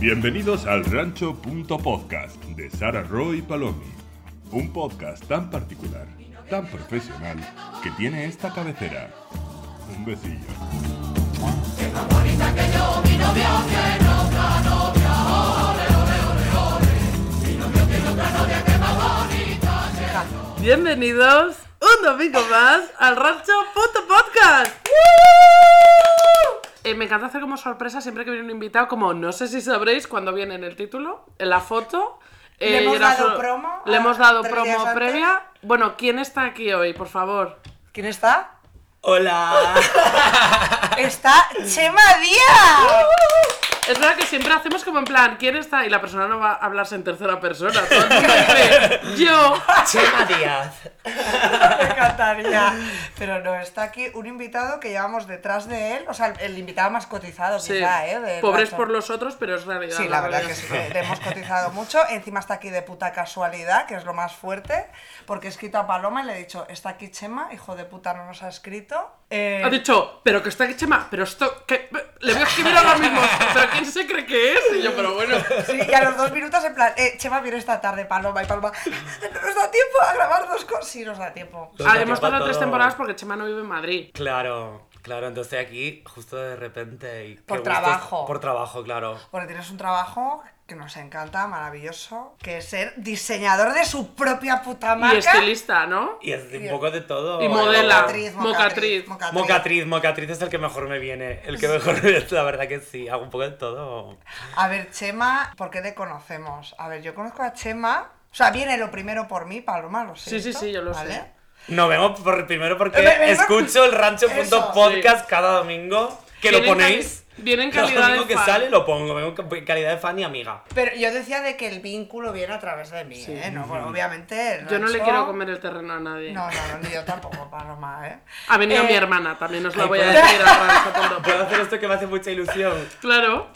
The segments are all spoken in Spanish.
Bienvenidos al rancho.podcast de Sara Roy Palomi. Un podcast tan particular, tan profesional, que tiene esta cabecera. Un besillo. Bienvenidos un domingo más al rancho.podcast. Eh, me encanta hacer como sorpresa siempre que viene un invitado, como no sé si sabréis cuando viene en el título, en la foto. Le hemos y la dado fo- promo, Le ah, hemos dado tres promo días antes. previa. Bueno, ¿quién está aquí hoy, por favor? ¿Quién está? Hola. Está Chema Díaz. Es verdad que siempre hacemos como en plan, ¿quién está? Y la persona no va a hablarse en tercera persona. todo el mundo dice, Yo. Chema Díaz. Me encantaría. Pero no, está aquí un invitado que llevamos detrás de él, o sea, el invitado más cotizado Sí. quizá, ¿eh? del Pobres Rancho. por los otros, pero es realidad. Sí, la verdad que sí, que le hemos cotizado mucho. Encima está aquí de puta casualidad, que es lo más fuerte, porque he escrito a Paloma y le he dicho, está aquí Chema, hijo de puta no nos ha escrito. Eh, Ha dicho, pero que está que Chema, pero esto, que le voy a escribir ahora mismo, pero ¿quién se cree que es? Y yo, pero bueno. Sí, y a los dos minutos en plan, eh, Chema viene esta tarde, Paloma, y Paloma, no nos da tiempo a grabar dos cosas. Sí, nos da tiempo. Pues Además, aquí va para tres todo. temporadas porque Chema no vive en Madrid. Claro, claro, entonces aquí justo de repente y qué Por gusto es- trabajo. Por trabajo, claro. Porque tienes un trabajo que nos encanta, maravilloso, que es ser diseñador de su propia puta marca. Y estilista, ¿no? Y es de un poco de todo. Y modela. Mocatriz, mocatriz, Mocatriz. Mocatriz, mocatriz es el que mejor me viene. El que mejor me la verdad que sí. Hago un poco de todo. A ver, Chema, ¿por qué le conocemos? A ver, yo conozco a Chema. O sea, viene lo primero por mí, Paloma, lo sé. Sí, sí, sí, yo lo sé. Nos vemos por, primero porque Eh, ve- ve- escucho el rancho.podcast cada domingo. Que lo Viene en cali- ponéis. viene en Cada calidad de domingo que fan. sale lo pongo. Vengo en calidad de fan y amiga. Pero yo decía de que el vínculo viene a través de mí, ¿eh? No, bueno, obviamente. el Yo no le Nacho- quiero comer el terreno a nadie. No, no, no, ni yo tampoco, Paloma, ¿eh? Ha venido Eh, mi hermana, también os la ay, voy a pobre. decir ahora en este punto. Puedo hacer esto que me hace mucha ilusión. Claro.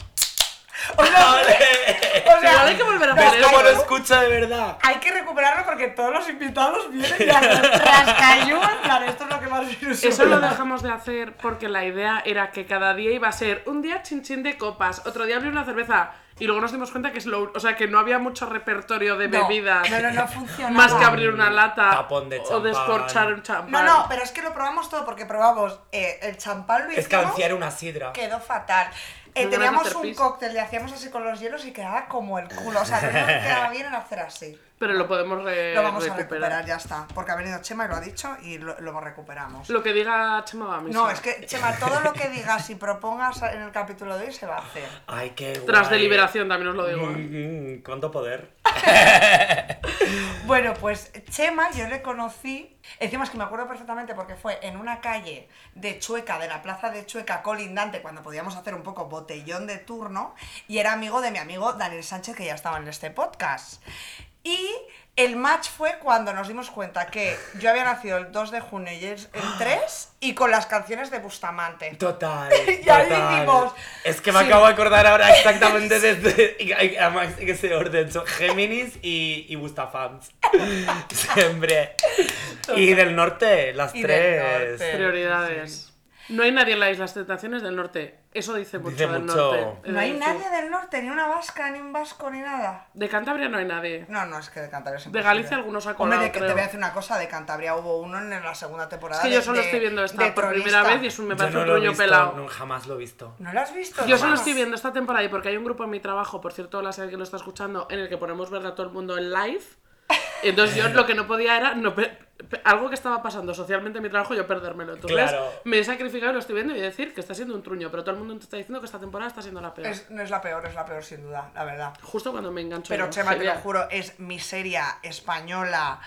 O sea, o sea, Igual hay que volver a no, hacer hay- ¿Cómo lo eso. escucha de verdad? Hay que recuperarlo porque todos los invitados vienen y rascayúan. Claro, esto es lo que más ilusión Eso lo me da. dejamos de hacer porque la idea era que cada día iba a ser un día chin chin de copas, otro día abrir una cerveza y luego nos dimos cuenta que es lo, o sea, que no había mucho repertorio de No, bebidas. No, no, no funciona. Más que abrir una lata Tapón de o descorchar un No, champán. no, pero es que lo probamos todo porque probamos eh, el champán, lo hicimos, Escanciar una sidra. quedó fatal. Eh, No me van a teníamos hacer un pis. cóctel, le hacíamos así con los hielos y quedaba como el culo. O sea, no nos quedaba bien en hacer así. Pero lo podemos re- Lo vamos a Eh, recuperar. recuperar, ya está. Porque ha venido Chema y lo ha dicho y lo, lo recuperamos. Lo que diga Chema va a misa. No, es que Chema, todo lo que digas y propongas en el capítulo de hoy se va a hacer. Ay, qué guay. Tras deliberación también os lo digo. ¿eh? Mm, mm, ¿Cuánto poder? Bueno, pues Chema yo le conocí, encima es que me acuerdo perfectamente porque fue en una calle de Chueca, de la plaza de Chueca colindante, cuando podíamos hacer un poco botellón de turno, y era amigo de mi amigo Daniel Sánchez, que ya estaba en este podcast. Y el match fue cuando nos dimos cuenta que yo había nacido el 2 de junio y él el 3, y con las canciones de Bustamante. Total. Y ahí total. dijimos, Es que me sí. acabo de acordar ahora exactamente desde. y- y- Además, en ese orden. Son Géminis y, y Bustafans. Siempre. Y del norte, las Y del tres. norte. Prioridades. No hay nadie en la isla de las tentaciones del norte. Eso dice mucho Dice del mucho. norte. Es No hay decir, nadie del norte, ni una vasca, ni un vasco, ni nada. De Cantabria no hay nadie. No, no, es que de Cantabria es De imposible. Galicia algunos ha Hombre, colado, de que te creo. voy a decir una cosa, de Cantabria hubo uno en la segunda Es temporada. que de- yo solo de- estoy viendo de esta por primera Tronista. vez y es un, me Yo parece no un lo he truño visto, pelado. no, jamás lo he visto. ¿No lo has visto? Yo solo hermano? estoy viendo esta temporada y porque hay un grupo en mi trabajo, por cierto, la serie que lo está escuchando, en el que ponemos ver a todo el mundo en live. Entonces yo lo que no podía era no pe- pe- algo que estaba pasando socialmente en mi trabajo, yo perdérmelo. Entonces Claro. me he sacrificado y lo estoy viendo y voy a decir que está siendo un truño, pero todo el mundo te está diciendo que esta temporada está siendo la peor. Es- no es la peor, es la peor sin duda, la verdad. Justo cuando me engancho. Pero yo. Chema, te lo Genial. juro, es miseria española,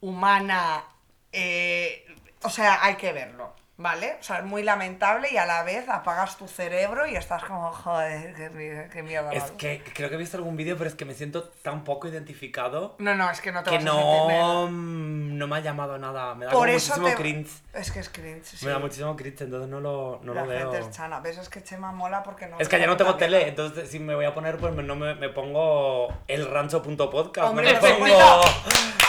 humana. eh, o sea, hay que verlo, ¿vale? O sea, es muy lamentable y a la vez apagas tu cerebro y estás como, joder, qué, mi- qué mierda. Es ¿vale? que creo que he visto algún vídeo, pero es que me siento tan poco identificado. No, no, es que no te que vas a entender. no, mm, no me ha llamado nada. Me da Por como eso muchísimo te- cringe. Es que es cringe. sí. Me da muchísimo cringe, entonces no lo, no la lo veo. gente es chana. ¿Ves? Es que Chema mola porque no. Es que ya no tengo tele, entonces si me voy a poner, pues me- no me, me pongo el rancho.podcast. No Hombre, me no te pongo, cuenta.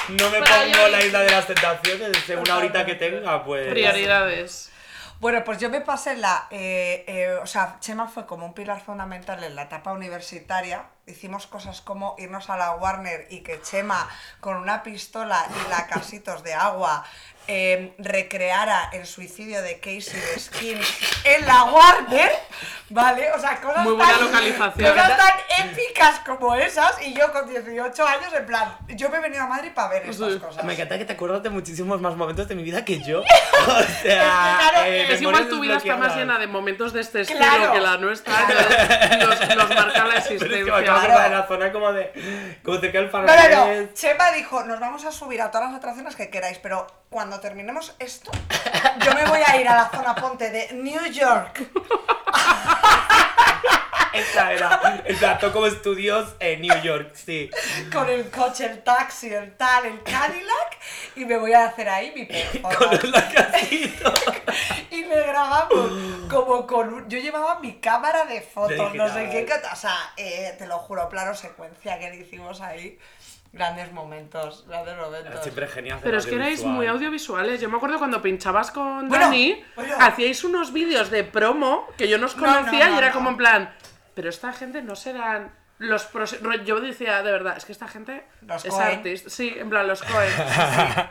no me Para pongo yo- la isla de las tentaciones, según una horita que tenga, pues. Prioridades. Bueno, pues yo me pasé la. eh, eh, o sea, Chema fue como un pilar fundamental en la etapa universitaria. Hicimos cosas como irnos a la Warner y que Chema, con una pistola y lacasitos de agua, eh, recreara el suicidio de Casey de Skins en la Warner. ¿Vale? O sea, cosas Muy buena tan- localización. cosas tan épicas como esas. Y yo con 18 años, en plan, yo me he venido a Madrid para ver estas Sí. cosas. Me encanta que te acuerdas de muchísimos más momentos de mi vida que yo. O sea, eh, Es que claro, Es memorias igual tu vida está más desbloqueadas. llena de momentos de este estilo Claro. que la nuestra nos, nos- nos marca la Pero existencia. es que me acabo de acordar de la zona como de. Como cerca del No, no, Farnés. no. Chema dijo, nos vamos a subir a todas las atracciones que queráis, pero cuando terminemos esto, yo me voy a ir a la zona ponte de New York. Esta era. Exacto, como estudios en New York, sí. Con el coche, el taxi, el tal, el Cadillac, y me voy a hacer ahí mi Con performance. los lacasitos. Y me grabamos como con un... Yo llevaba mi cámara de fotos, no sé Digital. qué, que- o sea, eh, te lo juro, plano secuencia que le hicimos ahí. Grandes momentos, grandes momentos. Siempre genial. hacer Pero es que erais audiovisual. muy audiovisuales. Yo me acuerdo cuando pinchabas con Bueno, Dani, bueno. hacíais unos vídeos de promo que yo no os No, no, conocía no, y era no. como en plan, pero esta gente no serán los pros... ro- Yo decía, de verdad, es que esta gente Los es Coen. artista. Sí, en plan, los Coen.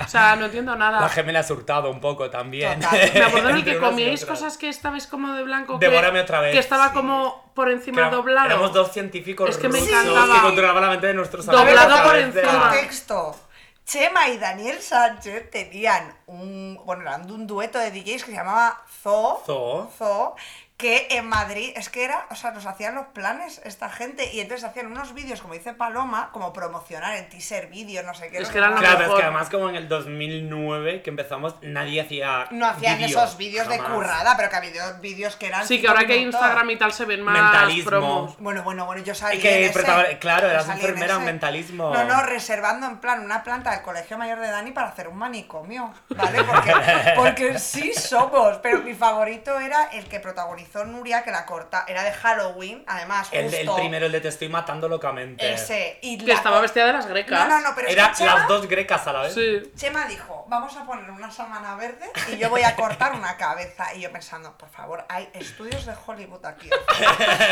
O sea, no entiendo nada. La gemela hurtado un poco también. Total. Ah. Me acuerdo en el Entre que unas y comíais otras. cosas que estabais como de blanco. Devórame que, otra vez, Que estaba sí. como por encima Era- doblado. Éramos dos científicos Es que me rusos encantaba. que controlaban la mente de nuestros amigos. Doblado a por través de la- encima. Contexto. Chema y Daniel Sánchez tenían un, bueno, eran de un dueto de DJs que se llamaba Zoo. Zoo. Zoo, que en Madrid, es que era, o sea, nos hacían los planes esta gente y entonces hacían unos vídeos, como dice Paloma, como promocionar en teaser vídeo, no sé qué. Es no que sé eran cuál. la- Claro, pero es mejor. que además como en el 2009 que empezamos, nadie hacía No hacían vídeos, esos vídeos de jamás. currada, pero que había vídeos que eran. Sí, que cinco ahora que minutos. Instagram y tal se ven más Mentalismo. promos. Bueno, bueno, bueno, yo salí Es que en ese. protagon- claro, Yo eras salí en enfermera, ese. mentalismo. No, no, reservando en plan una planta del colegio mayor de Dani para hacer un manicomio, ¿vale? Porque, porque sí somos, pero mi favorito era el que protagonizó Nuria, que la corta, era de Halloween, además, El, justo el primero, el de te estoy matando locamente. ese. Y Que la estaba cor- vestida de las grecas. No, no, no, pero es Era que Chema, las dos grecas a la vez. Sí. Chema dijo, vamos a poner una sábana verde y yo voy a cortar una cabeza. Y yo pensando, por favor, hay estudios de Hollywood aquí.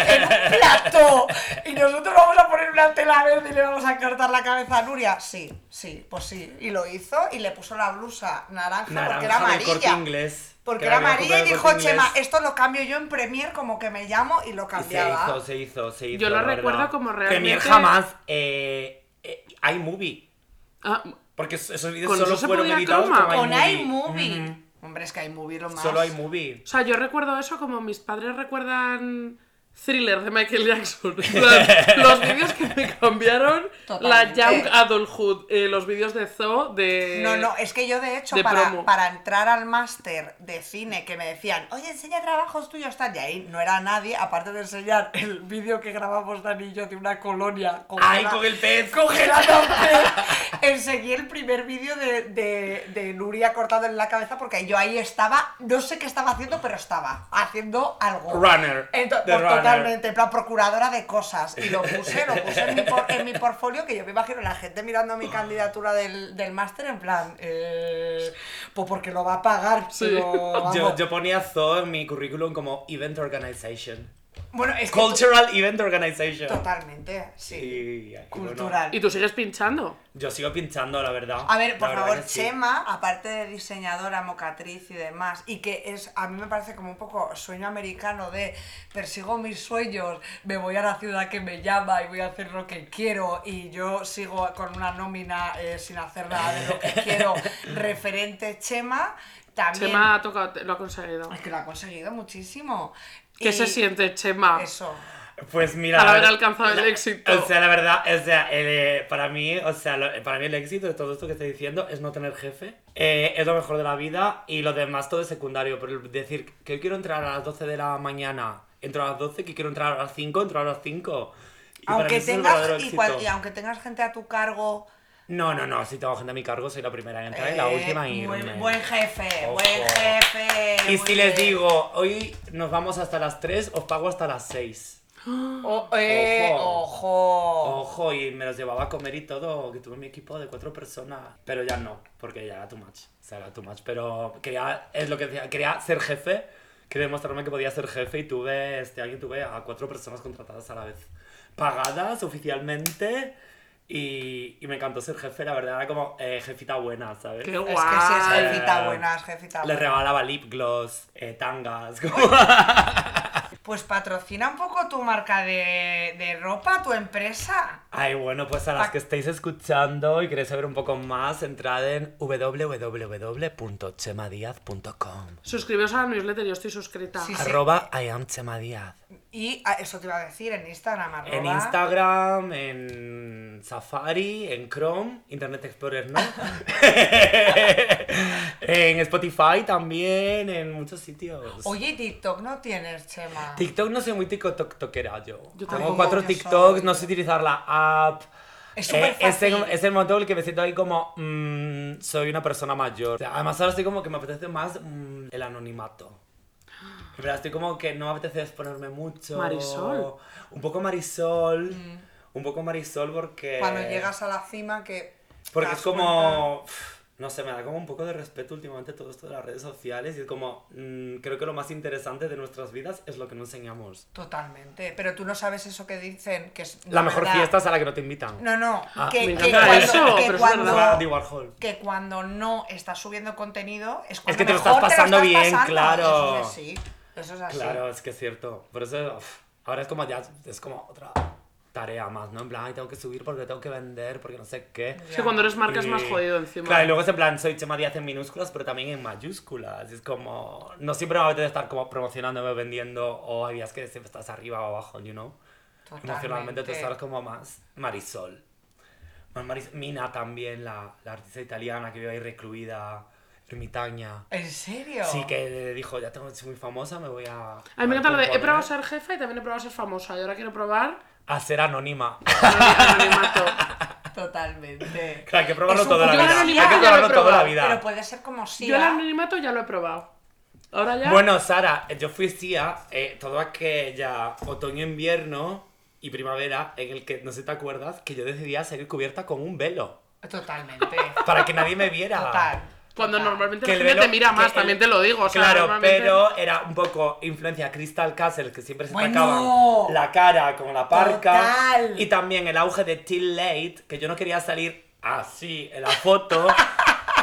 En un plató. Y nosotros vamos a poner una tela verde y le vamos a cortar la cabeza a Nuria. Sí, sí, pues sí. Y lo hizo y le puso la blusa naranja, porque era Naranja del corte amarilla. inglés. Porque que era la había amarilla y comprado el dijo, Corte Inglés. Chema, esto lo cambio yo en Premiere como que me llamo y lo Y se cambiaba. hizo, se hizo, se hizo. Yo lo la verdad. recuerdo como Premiere realmente- jamás. Eh, eh, iMovie. Ah, Porque es- esos vídeos Con solo eso se fueron podía editados croma. como Con iMovie. iMovie. Ujú. Hombre, es que iMovie lo más. Solo iMovie. o sea, yo recuerdo eso como mis padres recuerdan thriller de Michael Jackson. En plan, los vídeos que me cambiaron Totalmente. la Young Adulthood, eh, los vídeos de Zoo, de. No, no, eh. es que yo de hecho de para, promo. para entrar al máster de cine que me decían, oye, enseña trabajos tuyos, tal, y ahí no era nadie, aparte de enseñar el vídeo que grabamos Dani y yo de una colonia. con ¡Ay, una- con el pez! congelado pez, enseñé el primer vídeo de, de, de Nuria cortado en la cabeza porque yo ahí estaba, no sé qué estaba haciendo, pero estaba haciendo algo. Runner, Ento- de pues, runner. totalmente, en plan procuradora de cosas. Y lo puse, lo puse en mi, por- en mi portfolio, que yo me imagino la gente mirando mi candidatura del, del máster en plan, eh, pues porque lo va a pagar. Sí. pero, vamos. Yo, yo ponía Zoo en mi currículum como Event Organization. bueno, es que Cultural Event tú- Organization. totalmente, sí. Y- y bueno, Cultural. Y tú sigues pinchando. yo sigo pinchando, la verdad. A ver, por La verdad favor, que sí. Chema, aparte de diseñadora, mocatriz y demás, y que es, a mí me parece como un poco sueño americano de persigo mis sueños, me voy a la ciudad que me llama y voy a hacer lo que quiero, y yo sigo con una nómina eh, sin hacer nada de lo que quiero, referente Chema, también... Chema ha tocado, lo ha conseguido. Es que lo ha conseguido muchísimo. ¿Qué Y se siente, Chema? Eso. Pues mira. Al la haber verdad- alcanzado el la- éxito. O sea, la verdad, o sea, el, eh, para mí, o sea, lo- para mí el éxito de todo esto que estoy diciendo es no tener jefe. Eh, es lo mejor de la vida y lo demás todo es secundario. Pero el decir que hoy quiero entrar a las 12 de la mañana, entro a las 12, que quiero entrar a las 5, entro a las 5. Y para mí Aunque ese es el verdadero tengas, y, éxito. cual- y aunque tengas gente a tu cargo... No, no, no, si tengo gente a mi cargo, soy la primera en entrar y la eh, última en muy- irme. Buen jefe, Ojo. buen jefe. Y muy si les bien. digo, hoy nos vamos hasta las 3, os pago hasta las 6. O- eh, ojo. Ojo, y me los llevaba a comer y todo, que tuve mi equipo de cuatro personas. Pero ya no, porque ya era too much. O sea, era too much. Pero quería, es lo que decía, quería ser jefe, quería demostrarme que podía ser jefe y tuve, este año tuve a cuatro personas contratadas a la vez. Pagadas oficialmente y, y me encantó ser jefe, la verdad, era como eh, jefita buena, ¿sabes? Qué guay. Es que si es jefita Eh, buena, es jefita Le buena. regalaba lip gloss, eh, tangas, como... Pues patrocina un poco tu marca de, de ropa, tu empresa. Ay, bueno, pues a las Ah. que estéis escuchando y queréis saber un poco más, entrad en www.chemadiaz.com. Suscribiros a la newsletter, yo estoy suscrita. Sí, sí. Arroba I am Chemadiaz. Y ah, eso te iba a decir, en Instagram, arroba. En Instagram, en Safari, en Chrome, Internet Explorer no. en Spotify también, en muchos sitios. Oye, ¿y TikTok no tienes, Chema. TikTok no soy muy tiktokera yo. Yo Tengo tampoco. cuatro Yo TikToks, soy. no sé utilizar la app. Es superfácil. Eh, es, el, es el momento en el que me siento ahí como, mm, soy una persona mayor. O sea, además ahora estoy como que me apetece más mm, el anonimato. En verdad, estoy como que no me apetece exponerme mucho. Marisol. Un poco Marisol. Un poco Marisol porque... Mm. Cuando llegas a la cima que... Porque te es das como. pf, No sé, me da como un poco de respeto últimamente todo esto de las redes sociales y es como. mm, creo que lo más interesante de nuestras vidas es lo que no enseñamos. cuenta- Totalmente. Pero tú no sabes eso que dicen, que es... La mejor verdad. fiesta es a la que no te invitan. No, no. Ah, que, me que encanta cuando, eso, que pero es cuando- verdad. Andy Warhol. que cuando no estás subiendo contenido es cuando que te lo mejor estás pasando estás bien, pasando. claro. Eso es así. Eso es así. Claro, es que es cierto. Por eso. uf, ahora es como ya. Es como otra tarea más, ¿no? En plan, ay, tengo que subir porque tengo que vender, porque no sé qué. Es que cuando eres marca es más Y- jodido encima. Claro, y luego es en plan, soy Chema Díaz en minúsculas, pero también en mayúsculas. Y Es como, no siempre me va a veces estar como promocionándome, vendiendo, o hay días que siempre estás arriba o abajo, you know. Totalmente. Emocionalmente tú estás como más Marisol. Más Maris- Mina también, la, la artista italiana que vive ahí recluida, ermitaña. ¿En serio? Sí, que dijo, ya tengo, soy muy famosa, me voy a... A mí me encanta lo de, he componer, probado a ser jefa y también he probado a ser famosa. Y ahora quiero probar A ser anónima. anonimato. Totalmente. Claro, hay que probarlo Es un- toda la yo la vida. Hay anonimidad ya lo he que probarlo toda la probado, vida. Pero puede ser como si... Yo el anonimato ya lo he probado. Ahora ya... Bueno, Sara, yo fui CIA eh, todo aquella otoño, invierno y primavera en el que, no sé si te acuerdas, que yo decidía salir cubierta con un velo Totalmente. para que nadie me viera. Total. Cuando total. normalmente Ah, Que la el gente velo- te mira que más, el- también te lo digo. o sea, claro, normalmente- pero era un poco influencia Crystal Castle, que siempre se Bueno. sacaban la cara con la parca. Total. Y también el auge de Till Late, que yo no quería salir así en la foto.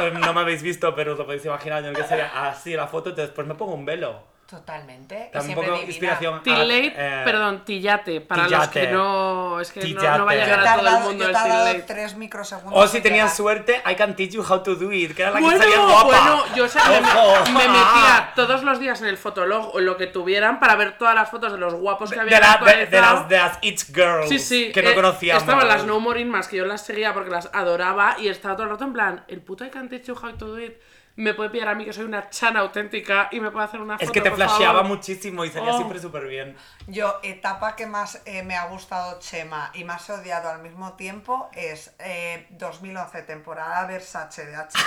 Eh, no me habéis visto, pero os lo podéis imaginar. Yo no quería salir así en la foto, entonces después me pongo un velo. Totalmente. Y También un siempre poco divina. inspiración. a- Tillate, eh, perdón, tillate, para los Tillate. que no... Es que no- no, Tillate. va a Yo he Yo he llegar a todo el tardado, mundo yo he el tardado tillate. tres microsegundos. O si en tenías llegar. suerte, I can teach you how to do it, que era la que Bueno, salía guapa. bueno, yo o sea, me, Ojo. me metía todos los días en el fotolog o en lo que tuvieran para ver todas las fotos de los guapos que había De, la- de- de actualizado. las, de las It Girls Sí, sí. que no eh, conocíamos. Estaban las No More In Más, que yo las seguía porque las adoraba y estaba todo el rato en plan, el puto de Cantecho How to Do It me puede pillar a mí que soy una chana auténtica y me puede hacer una foto, Es que te por flasheaba favor". muchísimo y salía Oh. siempre súper bien. Yo, etapa que más eh, me ha gustado Chema y más he odiado al mismo tiempo es eh, 2011, temporada Versace de H.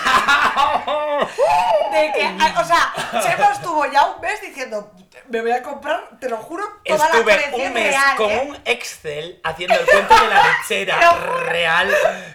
De que, ah, o sea, Chema estuvo ya un mes diciendo, me voy a comprar, te lo juro, toda la Estuve colección un mes real, con ¿eh? un Excel haciendo el cuento de la Te lo lechera juro. real,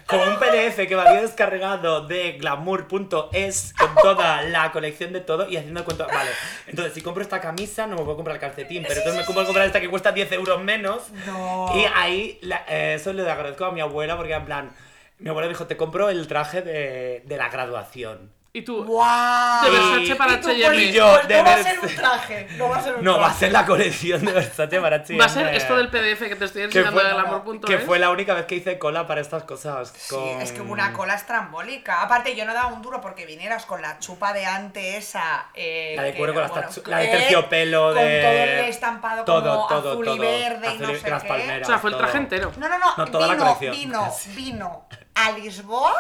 con un PDF que me había descargado de glamour.es con toda la colección de todo y haciendo el cuento. Vale, entonces si compro esta camisa no me puedo comprar el calcetín, pero entonces me puedo comprar esta que cuesta 10 euros menos. No. Y ahí la- eh, eso le agradezco a mi abuela porque en plan, mi abuela dijo, te compro el traje de, de la graduación. Y tú, ¡Guau! de Y- Versace para Y tú, H&M. pues, Y yo, pues de no va a Vers- ser un traje, no va a ser un No, va a traje. ser la colección de Versace para ti. Va a ser esto del PDF que te estoy que enseñando fue, de glamour.es. que fue la única vez que hice cola para estas cosas. Sí, con- es que hubo una cola estrambólica. Aparte, yo no daba un duro porque vinieras con la chupa de ante esa. eh, La de que cuero con era, las tachu- la de eh, terciopelo, Con de- todo el estampado Todo, como todo, azul y todo. verde y Azul no y sé las qué. O palmeras. sea, fue el todo. traje entero. No, no, no. No, toda la vino, colección. vino, Sí. vino a Lisboa.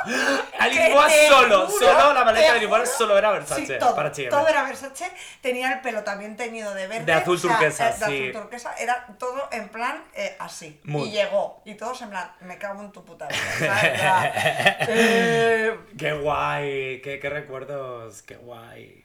A que Lisboa te solo, juro, solo la maleta te de Lisboa juro- solo era Versace. Sí, todo, para H&M. todo era Versace. Tenía el pelo también teñido de verde. De azul o sea, turquesa, eh, de sí. azul turquesa. Era todo en plan eh, así. Muy. Y llegó. Y todos en plan, me cago en tu puta vida. ¿sabes? O sea, eh, Qué guay, qué, qué recuerdos, qué guay.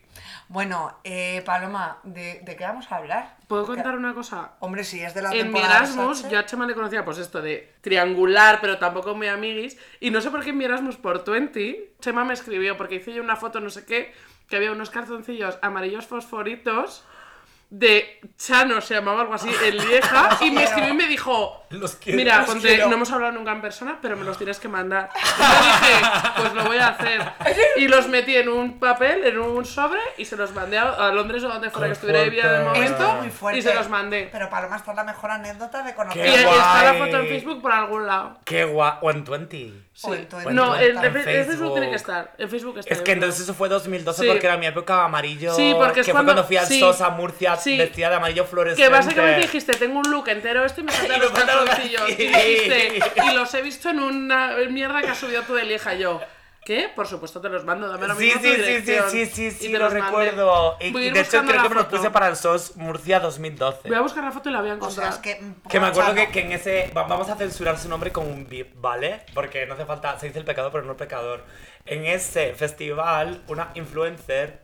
Bueno, eh, Paloma, ¿de, de qué vamos a hablar? ¿Puedo contar una cosa? Hombre, sí, es de la En mi temporada Erasmus, Versace. yo a Chema le conocía, pues esto de triangular, pero tampoco muy amiguis. Y no sé por qué en mi Erasmus por 20, Chema me escribió, porque hice yo una foto, no sé qué, que había unos calzoncillos amarillos fosforitos de Chano, se llamaba algo así, en Lieja. y me escribió y me dijo: Los quiero, Mira, los Conte, quiero". no hemos hablado nunca en persona, pero me los tienes que mandar. Y yo dije: Pues lo voy a hacer. Y los metí en un papel, en un sobre, y se los mandé a, a Londres o donde fuera que Qué estuviera de vida del fuerte. momento. Esto es muy fuerte. Y se los mandé. Pero Paloma, esta es la mejor anécdota de conocer. Y, Qué y está la guay. foto en Facebook por algún lado. Qué guay. 120. Sí. en tu- no, en en, tu en fe- en Facebook. Facebook tiene que estar. En Facebook está. Es que entonces eso fue 2012 Este Sí. porque era mi época amarillo. Sí, porque es que cuando- fue cuando fui al sí. Sosa, Murcia, Sí. vestida de amarillo fluorescente. Que básicamente dijiste, tengo un look entero este y me Y faltan me los faltan los calzoncillos. Y calzoncillos. dijiste, y los he visto en una mierda que has subido tú de Lieja yo. ¿Qué? Por supuesto te los mando, dame la Sí, misma sí, sí, sí, sí, sí, Y sí, te lo los mandé. recuerdo. Y, Voy a y ir de hecho buscando creo la que me lo foto. puse para el SOS Murcia 2012. Voy a buscar la foto y la voy a O encontrar. sea, es que. mm, Que me acuerdo Chano. que, que en ese. va- Vamos a censurar su nombre con un bip, ¿vale? Porque no hace falta. Se dice el pecado, pero no el pecador. En ese festival, una influencer.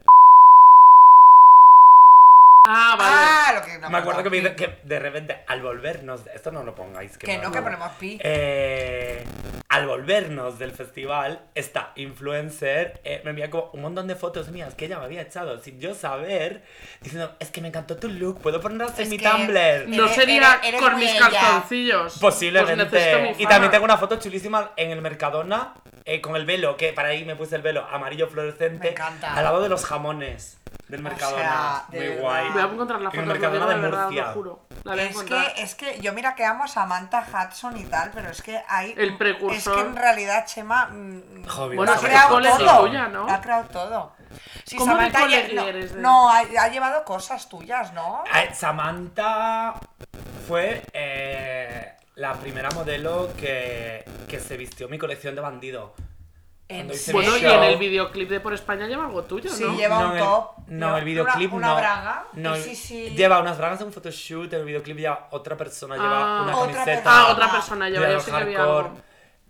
Ah, vale. Ah, lo que no me acuerdo que, me aquí. dice que de repente, al volvernos. Esto no lo pongáis. Que me no, lo que pongo. ponemos pi. Eh, al volvernos del festival, esta influencer eh, me envía como un montón de fotos mías que ella me había echado sin yo saber. Diciendo, es que me encantó tu look, puedo ponerlas en Es mi que- Tumblr. no Eres- sería eres- eres con muy mis ella. calzoncillos. Pues necesito mi Posiblemente. y fama. también tengo una foto chulísima en el Mercadona eh, con el velo, que para ahí me puse el velo amarillo fluorescente. Me encanta. Al lado de los jamones del sea, Mercadona. de Muy verdad. guay. Voy a encontrar la En foto, el os lo digo Mercadona de de verdad, os lo Murcia. juro. La voy a Es encontrar. que, es que yo mira que amo a Samantha Hudson y tal, pero es que hay... El precursor. Es que en realidad Chema... mm, Joder, Bueno, lo ha esa creado cole es todo. tuya, ¿no? Lo ha creado todo. Sí, ¿Cómo de lle- colegui no, eres de- no, ha, ha llevado cosas tuyas, ¿no? Eh, Samantha fue eh, la primera modelo que, que se vistió mi colección de bandido. En Cuando hice serio. Bueno, mi y en show- el videoclip de Por España lleva algo tuyo, Sí, ¿no? lleva- un el- top, No, una- el videoclip una- no. una braga, No, y sí, sí. Lleva unas bragas en un photoshoot, en el videoclip lleva otra persona, lleva Ah. una Otra camiseta. persona. Ah, otra persona lleva, lleva yo sí que había hardcore. algo.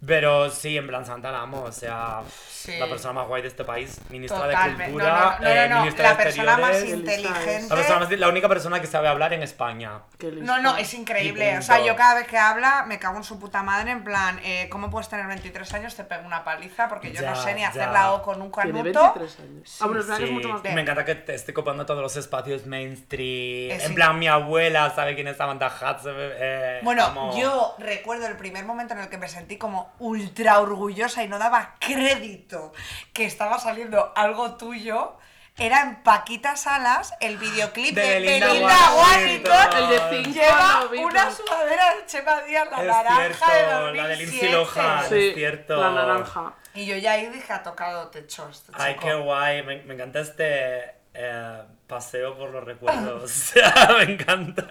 Pero sí, en plan Santa la amo, o sea, Sí. la persona más guay de este país, ministra de Totalmente. No, Cultura, no, no, no, eh, no, ministra la de persona más Exteriores, inteligente... la persona más- la única persona que sabe hablar en España. Qué listo. No, no, es Y increíble. punto. O sea, yo cada vez que habla me cago en su puta madre. En plan, eh, ¿cómo puedes tener 23 años? Te pego una paliza porque yo Ya, no sé ni ya. hacer la O con un Tiene canuto. 23 años. ah, bueno, es verdad que es Sí, mucho más y me encanta que te esté copando todos los espacios mainstream. Es en in- plan, mi abuela sabe quién es Samantha Hudson. eh, Bueno, amo. yo recuerdo el primer momento en el que me sentí como ultra orgullosa y no daba crédito que estaba saliendo algo tuyo. Era en Paquita Salas el videoclip De de, Belinda Belinda, Washington. Washington. El de Think Lleva Cuando Vivo. una sudadera de Chema Díaz, la Es naranja cierto, de la de 2007. Lindsay Lohan. Sí, Es cierto. la naranja. Y yo ya ahí dije, ha tocado techo este Ay, chico". qué guay. Me, me encanta este eh, paseo por los recuerdos. O sea, me encanta.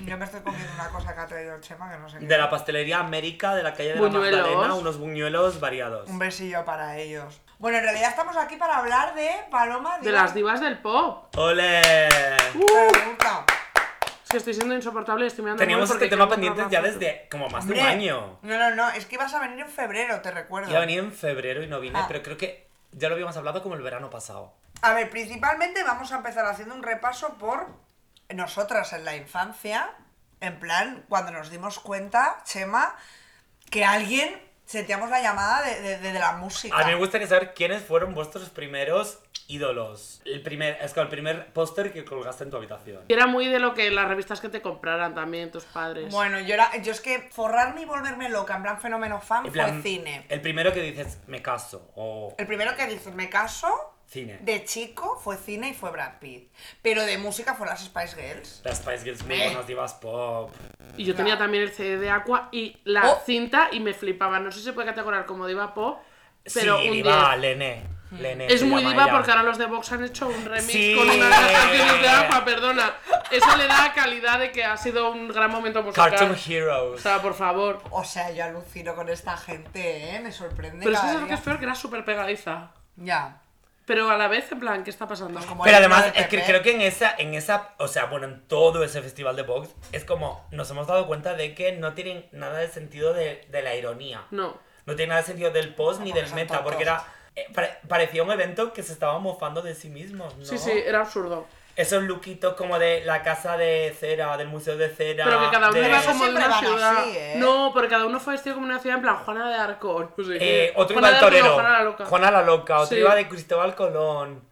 Yo me estoy comiendo una cosa que ha traído el Chema que no sé qué. De la pastelería América, de la calle de la Buñuelos. Mm. Magdalena, unos buñuelos variados. Un besillo para ellos. Bueno, en realidad estamos aquí para hablar de Paloma De las divas del pop. ¡Ole! Uh, Pregunta. Es que estoy siendo insoportable y estoy mirando Teníamos mal porque este tema quiero encontrar pendiente ya la foto. desde como más de Hombre, un año. No, no, no, es que ibas a venir en febrero, te recuerdo. Iba a venir en febrero y no vine, Ah. pero creo que ya lo habíamos hablado como el verano pasado. A ver, principalmente vamos a empezar haciendo un repaso por nosotras en la infancia, en plan, cuando nos dimos cuenta, Chema, que alguien sentíamos la llamada de, de- de- de la música. A mí me gustaría saber quiénes fueron vuestros primeros ídolos. El primer, es que el primer póster que colgaste en tu habitación. Y era muy de lo que las revistas que te compraran también tus padres. Bueno, yo, era, yo es que forrarme y volverme loca, en plan fenómeno fan, fue En plan, eh, cine. El primero que dices, me caso, o El primero que dices, me caso, cine. de chico fue cine y fue Brad Pitt. Pero de música fue las Spice Girls. Las Spice Girls, muy Eh. buenas divas pop. y yo tenía también el CD de Aqua y la Oh. cinta y me flipaba. No sé si se puede categorizar como diva pop, pero sí, un diva, 10. Lene. Lene Es se muy llama diva ella. porque ahora los de Vox han hecho un remix Sí. con una de las canciones de Aqua, perdona. Eso le da calidad de que ha sido un gran momento musical. Cartoon O Heroes. sea, por favor. O sea, yo alucino con esta gente, ¿eh? Me sorprende Pero es que cada es lo que día. es peor, que era súper pegadiza. Ya. Pero a la vez, en plan, ¿qué está pasando? como Pero el himno además, de es que Pepe. creo que en esa, en esa, o sea, bueno, en todo ese festival de Vox, es como, nos hemos dado cuenta de que no tienen nada de sentido de, de la ironía. No. No tiene nada de sentido del post ni Porque del son meta, tontos. porque era. eh, pare- parecía un evento que se estaban mofando de sí mismos, ¿no? Sí, sí, era absurdo. Esos luquitos como de la casa de cera, del museo de cera. Pero que cada uno de- iba como de Siempre una van ciudad. así, ¿eh? No, porque cada uno fue vestido como una ciudad en plan Juana de Arco, no sé qué. Eh, otro iba Juana al de Arco, no, torero. Juana la Loca. Juana la Loca, otro Sí. iba de Cristóbal Colón.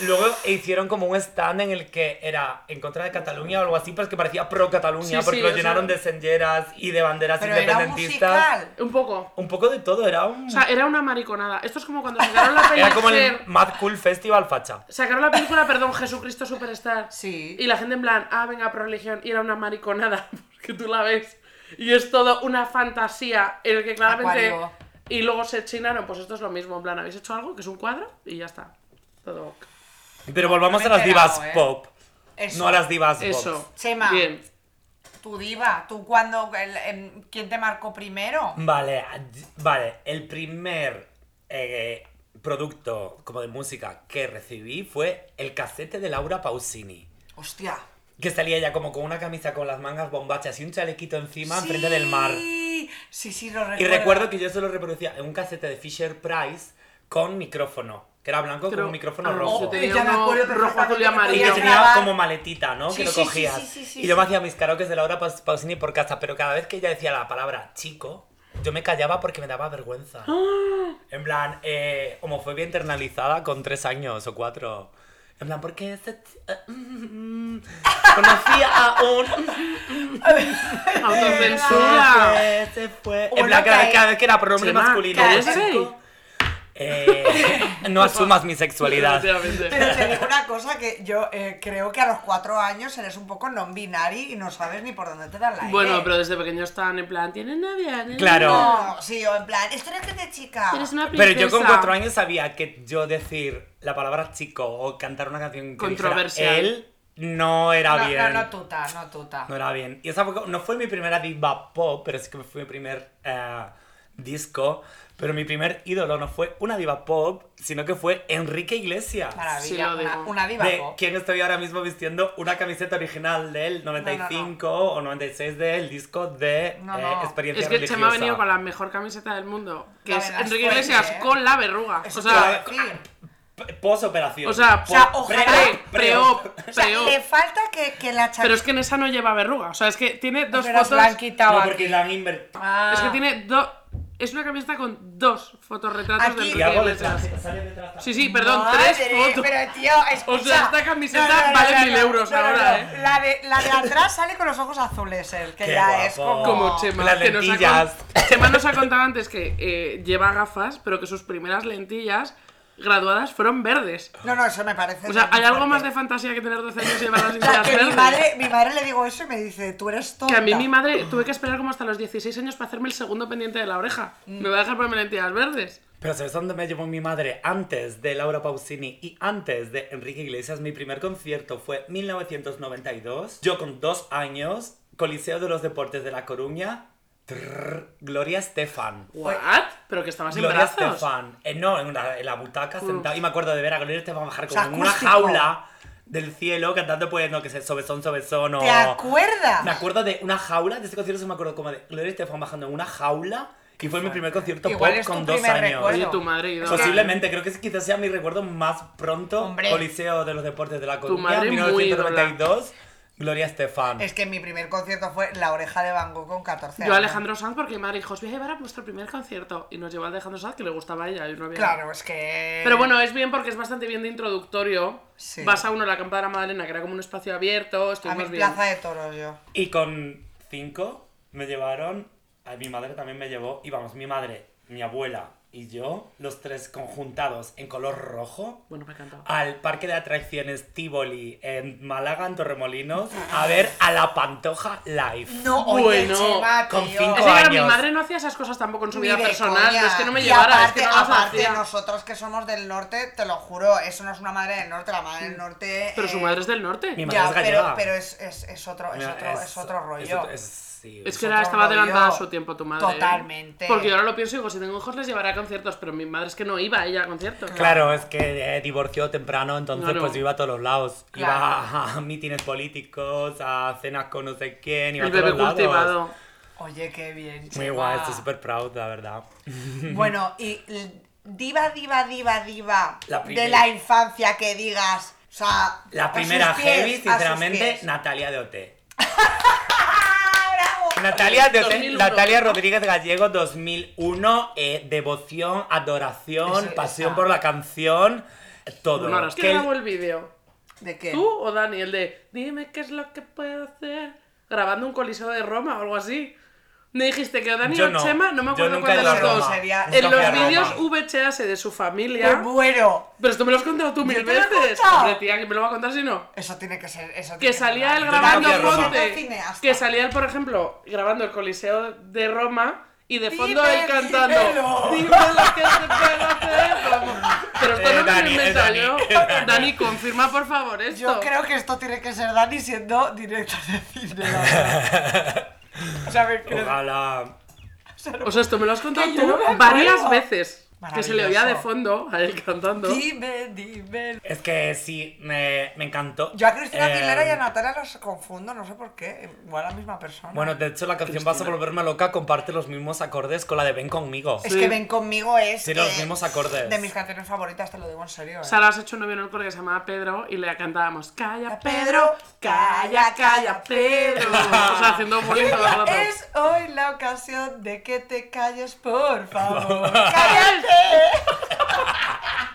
Luego hicieron como un stand en el que era en contra de Cataluña o algo así, pero es que parecía pro Cataluña, Sí, porque sí, lo o sea- llenaron de senderas y de banderas Pero era un independentistas. musical. Un poco. Un poco de todo, era un. O sea, era una mariconada. Esto es como cuando sacaron la era como el película. Mad Cool Festival facha. Sacaron la película, perdón, Jesucristo Superstar. Sí. Y la gente en plan, ah, venga, pro religión. Y era una mariconada, porque tú la ves. Y es todo una fantasía en el que claramente. Acuario. Y luego se chinaron, pues esto es lo mismo. En plan, habéis hecho algo que es un cuadro y ya está. Todo. ok. Pero volvamos No a me he las divas enterado, ¿eh? pop. Eso. No a las divas Eso. pop. Chema. Bien. Tu diva, tú cuando. el- em, ¿Quién te marcó primero? Vale, a- vale. El primer eh, producto como de música que recibí fue el casete de Laura Pausini. Hostia. Que salía ella como con una camisa con las mangas bombachas y un chalequito encima Sí. enfrente del mar. Sí, sí, lo recuerdo. Y recuerdo que yo solo reproducía en un casete de Fisher Price con micrófono. Que era blanco con Creo- un micrófono ah, rojo. yo tenía Ya me uno acuerdo rojo, azul y perfectamente Y que amarillo. podías tenía grabar. como maletita, ¿no? Sí, que lo sí, sí, cogías. sí, sí, sí, y yo me sí. hacía mis karaokes de Laura Paus- Pausini por casa, pero cada vez que ella decía la palabra chico, yo me callaba porque me daba vergüenza. Ah. En plan, eh, homofobia internalizada con tres años o cuatro. En plan, porque ese t- eh, mm, mm, conocía a un... Autocensura. Se fue, se fue. En Bueno, plan, cada, que- cada vez que era pronombre Chema, masculino. que pues, eres chico, eh, no asumas mi sexualidad. Efectivamente. Pero te digo una cosa que yo eh, creo que a los cuatro años eres un poco non-binary y no sabes ni por dónde te dan la Bueno, pero desde pequeño están en plan, ¿tienes novia? ¿Tienes Claro. novia? No, sí, o en plan, esto no es que es de chica. Eres una Pero princesa. yo con cuatro años sabía que yo decir la palabra chico o cantar una canción que dijera Controversial. él no era no, bien. no, no tuta, no tuta. No era bien. Y esa fue- no fue mi primera diva pop, pero sí que fue mi primer eh, disco. Pero mi primer ídolo no fue una diva pop, sino que fue Enrique Iglesias. Sí, Maravilla, lo una, digo. una diva De pop. quien estoy ahora mismo vistiendo una camiseta original del 95 o 96 del disco de No, eh, no. Experiencia Es que el Chema ha Religiosa. venido con la mejor camiseta del mundo, que La es verdad es Enrique fuerte, Iglesias ¿eh? con la verruga. Eso O te iba a sea, decir. Post operación. o sea, O sea, po- pre- ojalá- pre- pre-op, O sea, pre-op. le falta que, que la chaqueta Pero es que en esa no lleva verruga. O sea, es que tiene dos Pero es fotos. blanquita o No, aquí. porque la han invertido. Ah. Es que tiene dos. Es una camiseta con dos fotorretratos Aquí. de Y Enrique hago Iglesias. detrás, sale detrás. Sí, sí, perdón, Madre, tres fotos. Pero tío, escucha. O sea, esta camiseta vale mil euros ahora, ¿eh? La de, la de atrás sale con los ojos azules, el que Qué ya guapo. es como. Como Chema, Las que nos ha, lentillas. con- Chema nos ha contado antes que eh, lleva gafas, pero que sus primeras lentillas graduadas fueron verdes. No, no, eso me parece. O sea, ¿hay muy algo fuerte. más de fantasía que tener 12 años y llevar las O sea, lentillas que mi verdes? madre, mi madre le digo eso y me dice, tú eres tonta. Que a mí mi madre tuve que esperar como hasta los 16 años para hacerme el segundo pendiente de la oreja. Mm. Me va a dejar ponerme lentillas verdes. Pero ¿sabes dónde me llevó mi madre? Antes de Laura Pausini y antes de Enrique Iglesias, mi primer concierto fue 1992. Yo con dos años, Coliseo de los Deportes de La Coruña, trrr, Gloria Estefan. Pues, ¿What? ¿Pero que estabas en Gloria brazos? Estefan. Eh, no, en, una- en la butaca sentada. Y me acuerdo de ver a Gloria Estefan bajar sea, como en una acústico. jaula del cielo cantando, pues, no que sé, sobesón, sobesón o... ¿Te acuerdas? Me acuerdo de una jaula, de ese concierto se me acuerdo como de Gloria Estefan bajando en una jaula y fue mi primer concierto Igual pop es tu con dos primer años. recuerdo. Oye, tu madre y Posiblemente, creo que ese quizás sea mi recuerdo más pronto. Hombre. Coliseo de los Deportes de la Coruña, madre muy 1992, Gloria Estefan. Es que mi primer concierto fue La Oreja de Van Gogh con 14 años. Yo a Alejandro Sanz porque mi madre dijo, os voy a llevar a vuestro primer concierto. Y nos llevó a Alejandro Sanz que le gustaba a ella y no había... Claro, es que. Pero bueno, es bien porque es bastante bien de introductorio. Sí. Vas a uno a la Campa de la Madalena, que era como un espacio abierto, A estuvimos mi bien. plaza de toros yo. Y con cinco me llevaron, a mi madre también me llevó, y vamos, mi madre, mi abuela y yo, los tres conjuntados en color rojo, Bueno, me encantaba. al parque de atracciones Tivoli en Málaga, en Torremolinos, a ver a la Pantoja live. No, oye, Bueno, Chema, con tío. cinco Es que claro, mi años. madre no hacía esas cosas tampoco en su Ni vida de personal, coña. no es que no me Y llevara, aparte, es que no las aparte hacía. nosotros que somos del norte, te lo juro, eso no es una madre del norte, la madre del norte. Pero su eh, madre es del norte. Mi madre Ya, es pero, gallega. pero es, es, es otro, es, Mira, otro, es, otro rollo. es otro- es- sí, Es es que otro era, estaba rollo. adelantada a su tiempo tu madre. ¿eh? Totalmente. Porque yo ahora lo pienso y digo, si tengo hijos les llevaré a conciertos, pero mi madre es que no iba ella a conciertos. Claro, es que eh, divorció temprano, entonces Claro. pues yo iba a todos los lados. Claro. Iba a, a mítines políticos, a cenas con no sé quién, iba El a todos bebé los lados. cultivado. Oye, qué bien. Muy Chema. guay, estoy súper proud, la verdad. Bueno, y l- diva, diva, diva, diva La primera. de la infancia que digas. O sea, a La primera sus pies, heavy, a sus sinceramente, pies. Natalia de Ote. ¡Ah, bravo! Natalia, de Ote- 2001. Natalia Rodríguez Gallego 2001, eh, devoción, adoración, Ese- pasión esa. por la canción, todo. No, es que Que- grabó el vídeo. ¿De qué? ¿Tú o Dani? El de Dime qué es lo que puedo hacer. Grabando un coliseo de Roma o algo así. Me dijiste que o Dani Yo o no. Chema, no me Yo acuerdo nunca cuál he de ido a los dos. Roma. Sería- Nunca En fui a los Roma. vídeos VHS de su familia. Me muero. Pero esto me lo has contado tú mil te lo he veces. contado. Hombre, tía, que me lo va a contar si no. Eso tiene que ser. Eso Que tiene salía ser él Yo nunca grabando fui a Roma. Yo Ponte. soy cineasta. Que salía él, por ejemplo, grabando el Coliseo de Roma y de fondo Dime, él cantando. dímelo. Dime lo que se puede hacer. Vamos. Pero esto Eh, no me lo Dani, he eh, inventado Dani, yo. eh, Dani. Dani, confirma por favor esto. Yo creo que esto tiene que ser Dani siendo director de cine. la verdad. o sea, me creo- Ojalá. O sea, esto me lo has contado Que yo tú no me varias acuerdo. veces. Que se le oía de Maravilloso. fondo a él cantando. Dime, dime. Es que sí, me, me encantó. Yo a Cristina Eh, Aguilera y a Natalia las confundo, no sé por qué. Igual la misma persona. Bueno, de hecho, la canción Vas a volverme loca comparte los mismos acordes con la de Ven conmigo. es sí. que ven conmigo es. Sí, los mismos acordes. De mis canciones favoritas, te lo digo en serio. eh. Sara se ha hecho un novio en el cole que se llamaba Pedro y le cantábamos Calla Calla, Pedro, Pedro, calla, calla calla, Pedro. O sea, haciendo bullying todo el rato. Es hoy la ocasión de que te calles, por favor. ¡Cállate!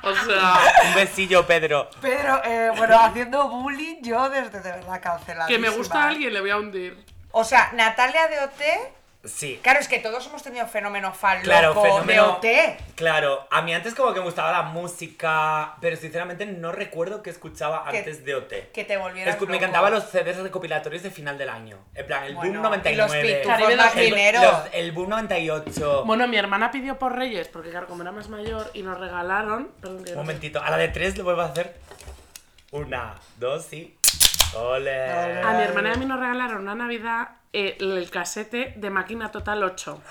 O sea, Un besillo, Pedro. Pero, eh, bueno, haciendo bullying yo desde de verdad cancelada. que me gusta a alguien le voy a hundir. O sea, Natalia de OT. Sí. Claro, es que todos hemos tenido fenómeno fan Claro, loco fenómeno. de OT. Claro, a mí antes como que me gustaba la música, pero sinceramente no recuerdo que escuchaba Que- antes de OT. Que te volvieras Escu- me loco. encantaba los CDs recopilatorios de final del año. En plan, el Bueno, Boom Y los 99. pitufos Caribe más dos mil. mineros. los- el Boom 98. Bueno, mi hermana pidió por Reyes, porque claro, como era más mayor y nos regalaron. Perdón, que Un momentito, a la de tres le vuelvo a hacer. Una, dos y. ¡Ole! Ole. A mi hermana y a mí nos regalaron una Navidad eh, el casete de Máquina Total 8.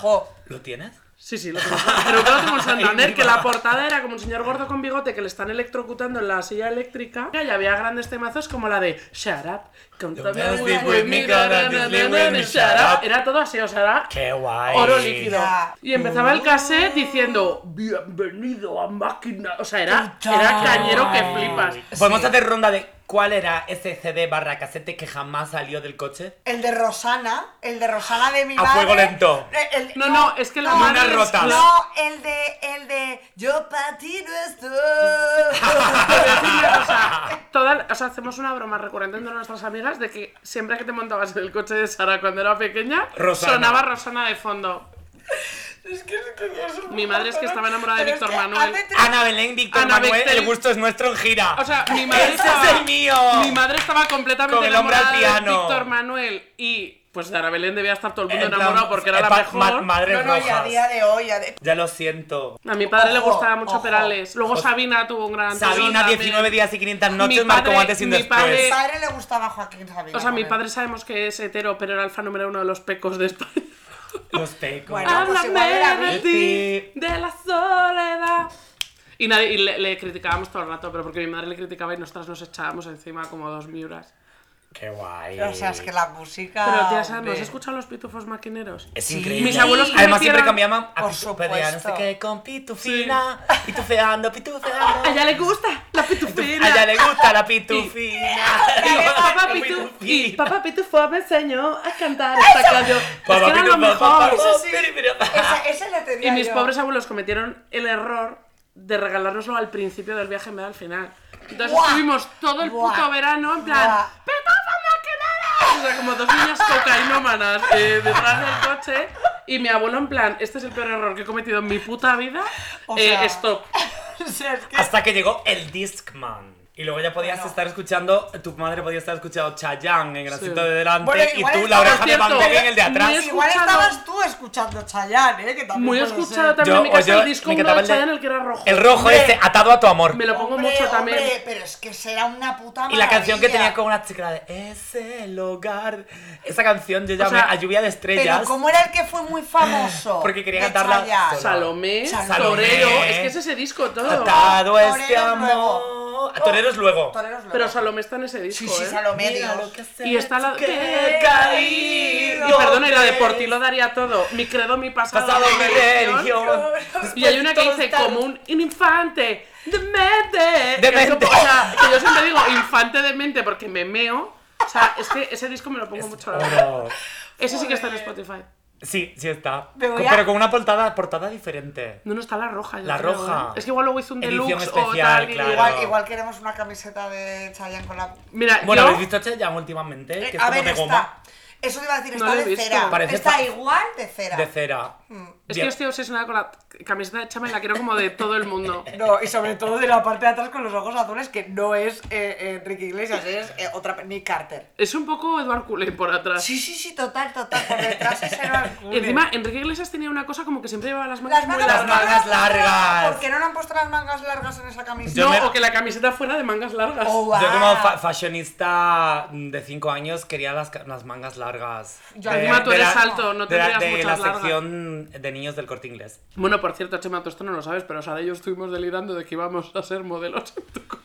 Jo, ¿Lo tienes? Sí, sí, lo tengo. Pero claro, tengo en Santander que la portada era como un señor gordo con bigote que le están electrocutando en la silla eléctrica. Y había grandes temazos como la de Shut up, come to me, Don't with be with me, me, na, na, don't na, be na, with na, me, shut shut up. up. Era todo así, o sea, era ¡Qué guay! oro líquido. Ya. Y empezaba el cassette diciendo Bienvenido a máquina. O sea, era, era cañero que flipas. Podemos Sí. hacer ronda de cuál era ese CD barra casete que jamás salió del coche. El de Rosana, el de Rosana de mi A madre. Eh, fuego lento. El- el- No, no, es que la madre Lunas es- rotas. No, el de, el de Yo para ti no estoy. O sea, toda- o sea, hacemos una broma recurrente entre nuestras amigas de que siempre que te montabas en el coche de Sara cuando era pequeña, Rosana. sonaba Rosana de fondo. es que no tenía eso. Mi madre es que estaba enamorada de Pero es Víctor que Manuel. hace tres- Ana Belén, Víctor Ana Manuel, Belén. el gusto es nuestro en gira. O sea, mi madre ¡Ese estaba, es el mío! Mi madre estaba completamente Con el hombre al enamorada de piano. Víctor Manuel y pues de Ana Belén debía estar todo el mundo En plan, enamorado porque era la pa- mejor. ma- No, madres no, y a rojas. día de hoy. a Eh, de- Ya lo siento. a mi padre le Ojo, gustaba mucho ojo. Perales. Luego Sabina tuvo un gran Sabina, también. 19 días y 500 Mi noches, marcó padre- antes y mi después. padre- Mi padre le gustaba Joaquín Sabina. O sea, mi también. padre sabemos que es hetero, pero era alfa número uno de los pecos de España. Los pecos. Bueno, pues igual era Háblame de ti, Vicky. de la soledad. Y, nadie, y le, le criticábamos todo el rato, pero porque mi madre le criticaba y nosotras nos echábamos encima como dos miuras. Qué guay. O sea, es que la música. Pero tía, Sara, ¿no has Ah, hombre. Eh, escuchado los pitufos maquineros? Es Sí. increíble. Mis abuelos que Además, me siempre hicieron- cambiaban a Por pitufear, no sé supuesto. qué, con pitufina, pitufeando, ¡A pitufeando. ella le gusta la pitufina! A ella le gusta la pitufina. Y papá, pitu- y papá pitufo me enseñó a cantar esta canción. Es que era lo mejor. Esa, esa la tenía. Y mis yo. pobres abuelos cometieron el error de regalárnoslo al principio del viaje en vez de al final. Entonces Buah. estuvimos todo el Buah. puto verano en plan Buah. ¡Pitufo maquinero! O sea, como dos niñas cocainómanas eh, detrás del coche y mi abuelo en plan, este es el peor error que he cometido en mi puta vida, O eh, sea, stop. O sea, es que- Hasta que llegó el Discman. Y luego ya podías Bueno. estar escuchando, tu madre podía estar escuchando Chayanne en el Sí. asiento de delante Bueno, y igual tú la estaba- oreja de Por Van Gogh cierto, en el de atrás. muy pues Igual escuchado- estabas tú escuchando Chayanne, ¿eh? Que también Muy puede escuchado ser. también en mi o casa yo- el disco me uno encantaba de el de- Chayanne, el que era rojo. El rojo Hombre. este, atado a tu amor. Me lo pongo Hombre, mucho también. hombre, pero es que será una puta Y la canción que tenía maravilla. con una chica de Es el hogar. Esa canción yo llamé sea, a lluvia de estrellas. Pero como era el que fue muy famoso. Porque quería de cantarla Chayanne. sola. Salomé, Salomé. Torero, es que es ese disco todo. Atado a Torero este nuevo. Oh, amor. no. Toreros luego. Toreros Lobos. Pero Salomé está en ese disco, Sí, sí, ¿eh? Salomé, Mira Dios. lo que Y está la... que que- he caído, Y perdona, y la de que por ti lo daría todo. Mi credo, mi pasado, Pasado mi mi religión. religión. Y hay una que dice Todo está- como un infante demente. Que Demente. eso, o sea, que yo siempre digo infante demente porque me meo. O sea, es que ese disco me lo pongo mucho a la hora. Oro. Ese sí que está en Spotify. Sí, sí está. Me voy a- Pero con una portada, portada diferente. No, no está la roja. yo La creo, roja. ¿eh? Es que igual luego hizo un Edición deluxe o especial, tal. y- claro. Igual, igual queremos una camiseta de Chayanne con la... Mira, Bueno, yo- ¿habéis visto a Chayanne últimamente? Eh, Que es a como ver, de goma. está... Eso te iba a decir, No está lo he de visto. cera. Parece está fa- igual de cera. De cera. Mm. Es Bien. que yo estoy obsesionada con la camiseta de Chama y la quiero como de todo el mundo. No, y sobre todo de la parte de atrás con los ojos azules, que no es eh, Enrique Iglesias, es eh, otra... pe- Nick Carter. Es un poco Eduard Cullen por atrás. Sí, sí, sí, total, total. Por detrás es el Y encima, Enrique Iglesias tenía una cosa como que siempre llevaba las mangas Las muy mangas, Las largas. mangas largas. ¿Por qué no le han puesto las mangas largas en esa camiseta? Yo no, me- o que la camiseta fuera de mangas largas. Oh, wow. Yo como fa- fashionista mm, de 5 años quería las, ca- las mangas largas. Yo De- encima tú de eres la- alto, no de la- tendrías De, muchas la largas. sección de niños del corte inglés. Bueno, por cierto, Chema, tú esto no lo sabes, pero Sara y yo estuvimos delirando de que íbamos a ser modelos. en tu co-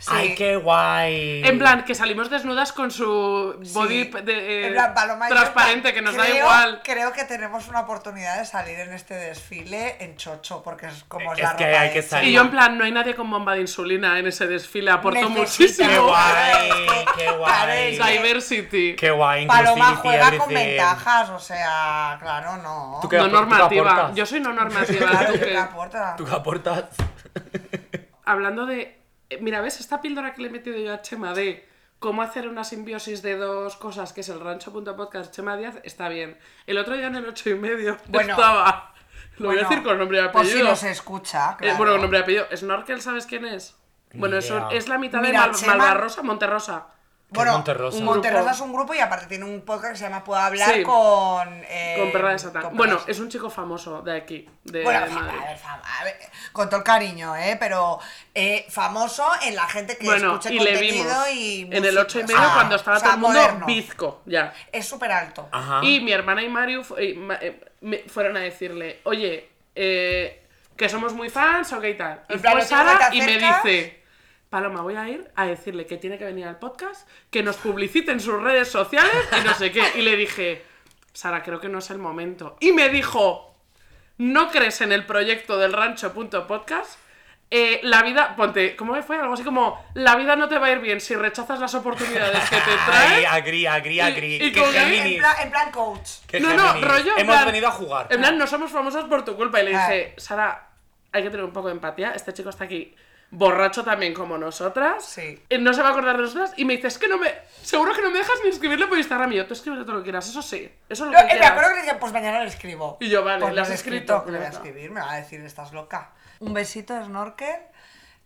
Sí. ¡Ay, qué guay! En plan, que salimos desnudas con su body Sí. de, eh, En plan, Paloma y yo, transparente, que nos da creo- igual. Creo que tenemos una oportunidad de salir en este desfile en chocho, porque es como es, Es la que ropa hay que hecha. salir. Y yo en plan, no hay nadie con bomba de insulina en ese desfile, aportó Necesita- ¡Qué muchísimo. guay! ¡Qué Parece- guay! Diversity. ¡Qué guay! Paloma inclusivity, juega con everything. ventajas, o sea, claro, no. ¿Tú qué- No tú qué normativa. aportas? Yo soy no normativa. Claro, ¿tú que qué? la puerta. ¿Tú qué aportas? hablando de. eh, Mira, ¿ves? Esta píldora que le he metido yo a Chema de cómo hacer una simbiosis de dos cosas, que es el rancho.podcast Chema Díaz, está bien. El otro día en el 8 y medio Bueno. estaba. Lo voy a Bueno, decir con nombre y apellido. Pues si no se escucha, Eh, claro. bueno, con nombre y apellido. Snorkel, ¿sabes quién es? Ni Bueno, es, idea. es la mitad Mira, de Mal- Chema- Malvarrosa, Monterrosa. Bueno, Es Monterrosa. Un Monterrosa grupo. es un grupo y aparte tiene un podcast que se llama Puedo hablar Sí. con. eh, Con perra de Satán. con Bueno, Perra de es un chico famoso de aquí, de Bueno, de fama, Madrid. a ver, fama, a ver, con todo el cariño, ¿eh? Pero eh, famoso en la gente que Bueno, escucha y le contenido vimos y en el música, 8 y o medio sea, cuando estaba o sea, todo el mundo moderno. bizco, ya. Es súper alto. Ajá. Y mi hermana y Mario fu- y ma- eh, me fueron a decirle, oye, eh, que somos muy fans o qué y tal. Y En plan, fue lo tengo Sara que y me acercas. dice, Paloma, voy a ir a decirle que tiene que venir al podcast, que nos publicite en sus redes sociales y no sé qué. Y le dije, Sara, creo que no es el momento. Y me dijo, ¿no crees en el proyecto del rancho.podcast? Eh, la vida, ponte, ¿cómo me fue? Algo así como, la vida no te va a ir bien si rechazas las oportunidades que te ¡Ay, trae. agri, agri, agri! y ¡Qué con él, en ¿Eh? En Géminis! plan, en plan coach. ¡Qué no, no, Géminis! rollo. en Hemos plan- venido a jugar. En plan, no somos famosos por tu culpa. Y le Ah. dije, Sara, hay que tener un poco de empatía. Este chico está aquí borracho también como nosotras. Sí. Eh, No se va a acordar de nosotras. Y me dice, es que no me. Seguro que no me dejas ni escribirle por Instagram. Y yo, tú escríbele todo lo que quieras. Eso sí. Eso es lo No, que eh, me quieras. acuerdo que le dije, pues mañana le escribo. Y yo, vale, Pues le no has le he escrito, que le voy a claro. escribir, me va a decir, estás loca. Un besito, Snorkel.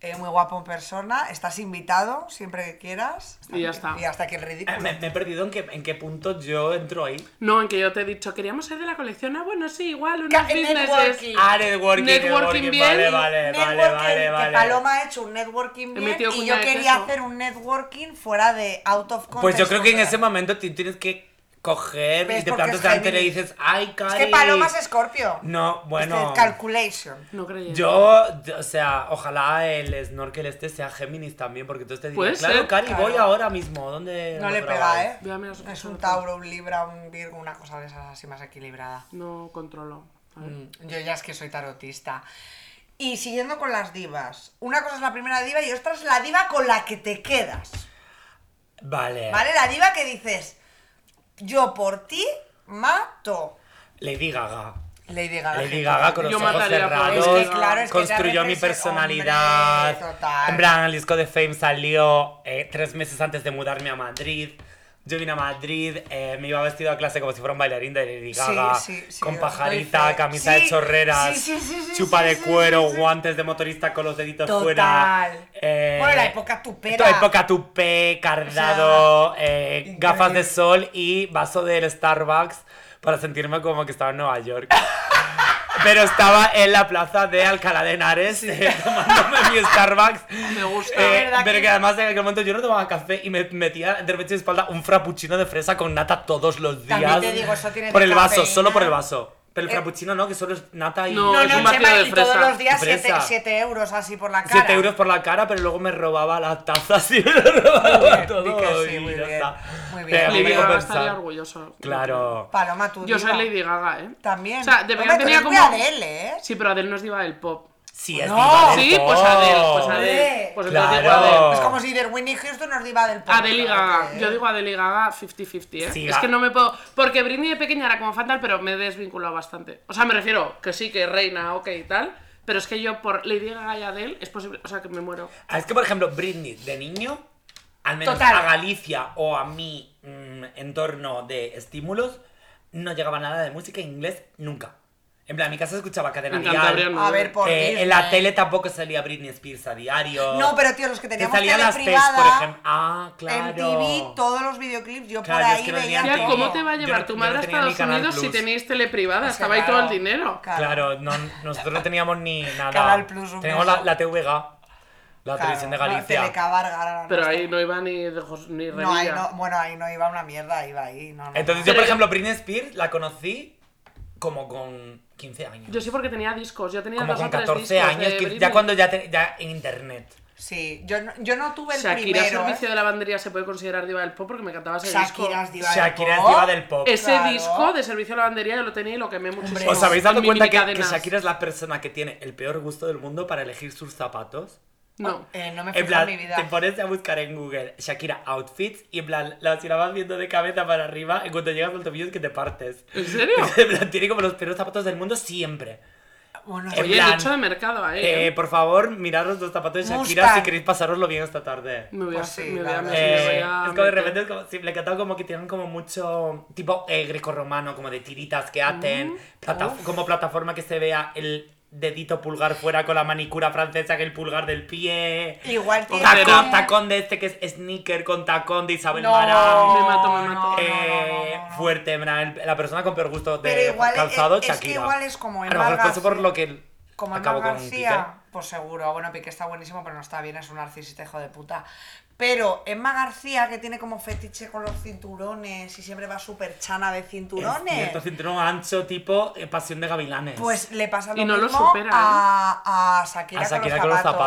eh, muy guapo en persona. Estás invitado siempre que quieras. Y ya está. Y hasta que el ridículo. Eh, Me, me he perdido en qué, en qué punto yo entro ahí. No, en que yo te he dicho, queríamos ser de la colección. Ah, bueno, sí, igual, unos Ca- businesses. networking. Ah, networking, Networking networking, bien. vale, vale, vale, networking, vale, que vale. Paloma ha hecho un networking He bien metido y cuña yo de quería queso. hacer un networking fuera de out of context. Pues yo creo que en total. ese momento tú tienes que coger ¿Ves? y te Porque plantas es delante y le Géminis. dices, ay, Es Cari. que Paloma es escorpio. No, bueno. Este, calculation. Ah, No creía. Yo, o sea, ojalá el snorkel este sea Géminis también, porque entonces te Puede diría, claro, ser. Cari, Claro. voy ahora mismo, ¿dónde No lo le grabáis?". pega, ¿eh? Voy a mirar su Es un perfil. Tauro, un Libra, un Virgo, una cosa de esas así más equilibrada. No controlo. A ver. Yo ya es que soy tarotista. Y siguiendo con las divas. Una cosa es la primera diva y otra es la diva con la que te quedas. Vale. ¿Vale? La diva que dices, yo por ti mato. Lady Gaga. Lady Gaga. Lady Gaga con los Yo ojos mataría por cerrados. eso. Es que claro, es que construyó te mi apetece, personalidad. hombre, total. En plan, el disco de Fame salió eh, tres meses antes de mudarme a Madrid. Yo vine a Madrid, eh, me iba vestido a clase como si fuera un bailarín de Lady Sí, Gaga, sí, sí, con os doy pajarita, fe. camisa Sí, de sí, chorreras, sí, sí, sí, chupa sí, de sí, cuero, sí, sí. guantes de motorista con los deditos Total. fuera. eh, Bueno, la época tupera. toda época tupé, cardado, eh, increíble. gafas de sol y vaso del Starbucks para sentirme como que estaba en Nueva York. Pero estaba en la plaza de Alcalá de Henares eh, tomándome mi Starbucks. Me gusta. Eh, ¿Verdad pero que que además en aquel momento yo no tomaba café y me metía de repente en espalda un frappuccino de fresa con nata todos los días. También te digo, eso tiene Por el vaso, cafeína. Eh, solo por el vaso. Pero el frappuccino no, que solo es nata y. No, No, es un no, batido Chema, de y fresa. todos los días Fresa. 7 euros así por la cara. 7 euros por la cara, pero luego me robaba las tazas y me lo robaba bien, todo. di que sí, y muy ya bien, está. muy bien. Pero Lady me Lady Gaga compensaba. estaría orgulloso. Claro. Paloma, tú Yo soy diva. Lady Gaga, ¿eh? También. O sea, de verdad Hombre, tú tenía eres como. muy Adele, ¿eh? Sí, pero Adele no es diva del pop. Sí, es No. diva del Sí, pop. pues Adele, pues Adele. Hombre. Pues entonces digo Claro. Adele. Es como si Winnie Houston nos diva del pop. Adele y claro Gaga. que- ah, Yo digo Adele y Gaga 50-50, ¿eh? Sí, es Gaga. que no me puedo... Porque Britney de pequeña era como fatal, pero me he desvinculado bastante. O sea, me refiero que sí, que reina, ok y tal, pero es que yo por Lady Gaga y Adele es posible... O sea, que me muero. Ah, Es que, por ejemplo, Britney, de niño, al menos Total. a Galicia o a mi mm, entorno de estímulos, no llegaba nada de música en inglés nunca. En plan, en mi casa escuchaba Cadena En Cantabria Dial, no. A ver, por eh, Disney. en la tele tampoco salía Britney Spears a diario. No, pero tío, los que Te teníamos salían tele las TES, privada, por ejemplo. Ah, claro. en TV, todos los videoclips, yo Claro, por yo es ahí que no veía tenía Tía, no. todo. ¿cómo te va a Yo llevar no- tu yo madre no a tenía ni Estados Canal Unidos si Plus. tenéis tele privada? Es que Estaba ahí todo el claro, dinero. claro. Claro, no, nosotros no teníamos ni nada. Canal Plus, un Teníamos beso. la, la TVG, la Claro, televisión de no, Galicia. Telecabarga, ahora no Pero está. ahí no iba ni, de Jos- ni No, ahí Revilla. no, bueno, ahí no iba una mierda, iba ahí. No, no, Entonces Pero yo, por yo- ejemplo, Britney Spears la conocí como con 15 años. Yo sí porque tenía discos, yo tenía como dos con o tres 14 discos de años, que Britney. ya cuando ya, te- ya en internet. Sí, yo no, yo no tuve el Shakira primero. Servicio ¿eh? de lavandería se puede considerar diva del pop porque me encantaba ese disco. Shakira es diva Shakira del es pop. diva del pop. Ese Claro. disco de servicio de lavandería yo lo tenía y lo quemé muchísimo. ¿Os habéis dado Con mi cuenta que, mini que cadenas. Shakira es la persona que tiene el peor gusto del mundo para elegir sus zapatos? No. Eh, no me En fijo en plan, mi vida. te pones a buscar en Google Shakira outfits y en plan, las la vas viendo de cabeza para arriba en cuanto llegas al tobillo es que te partes. ¿En serio? En plan, tiene como los peores zapatos del mundo siempre. Bueno, En Oye, plan, el hecho de mercado ahí. ¿eh? eh, por favor, mirad los dos zapatos de Shakira Mustang. si queréis pasároslo bien esta tarde. me voy a pues sí, me voy la a- me verdad. voy Eh, a es como de meter. repente es como, sí, le he cantado como que tienen como mucho tipo eh, grecorromano, como de tiritas que Mm. hacen, plata- como plataforma que se vea el dedito pulgar fuera con la manicura francesa que el pulgar del pie. Igual tiene... Tacón, tacón de este que es sneaker con tacón de Isabel Marant. Me mató, me mató. Eh, no, no, no. fuerte, en plan, el- la persona con peor gusto de Pero igual es- calzado, es que Shakira. igual es como A Emma lo mejor fue eso por García- lo que Como acabó Emma con García, pues seguro. Bueno, Piqué está buenísimo, pero no está bien, es un narcisista hijo de puta. Pero Emma García, que tiene como fetiche con los cinturones y siempre va súper chana de Piqué. cinturones. Es cierto, cinturón ancho tipo eh, pasión de gavilanes. Pues le pasa lo Y no lo mismo supera, ¿eh? a, a Shakira, ¿eh? a Shakira con, los zapatos.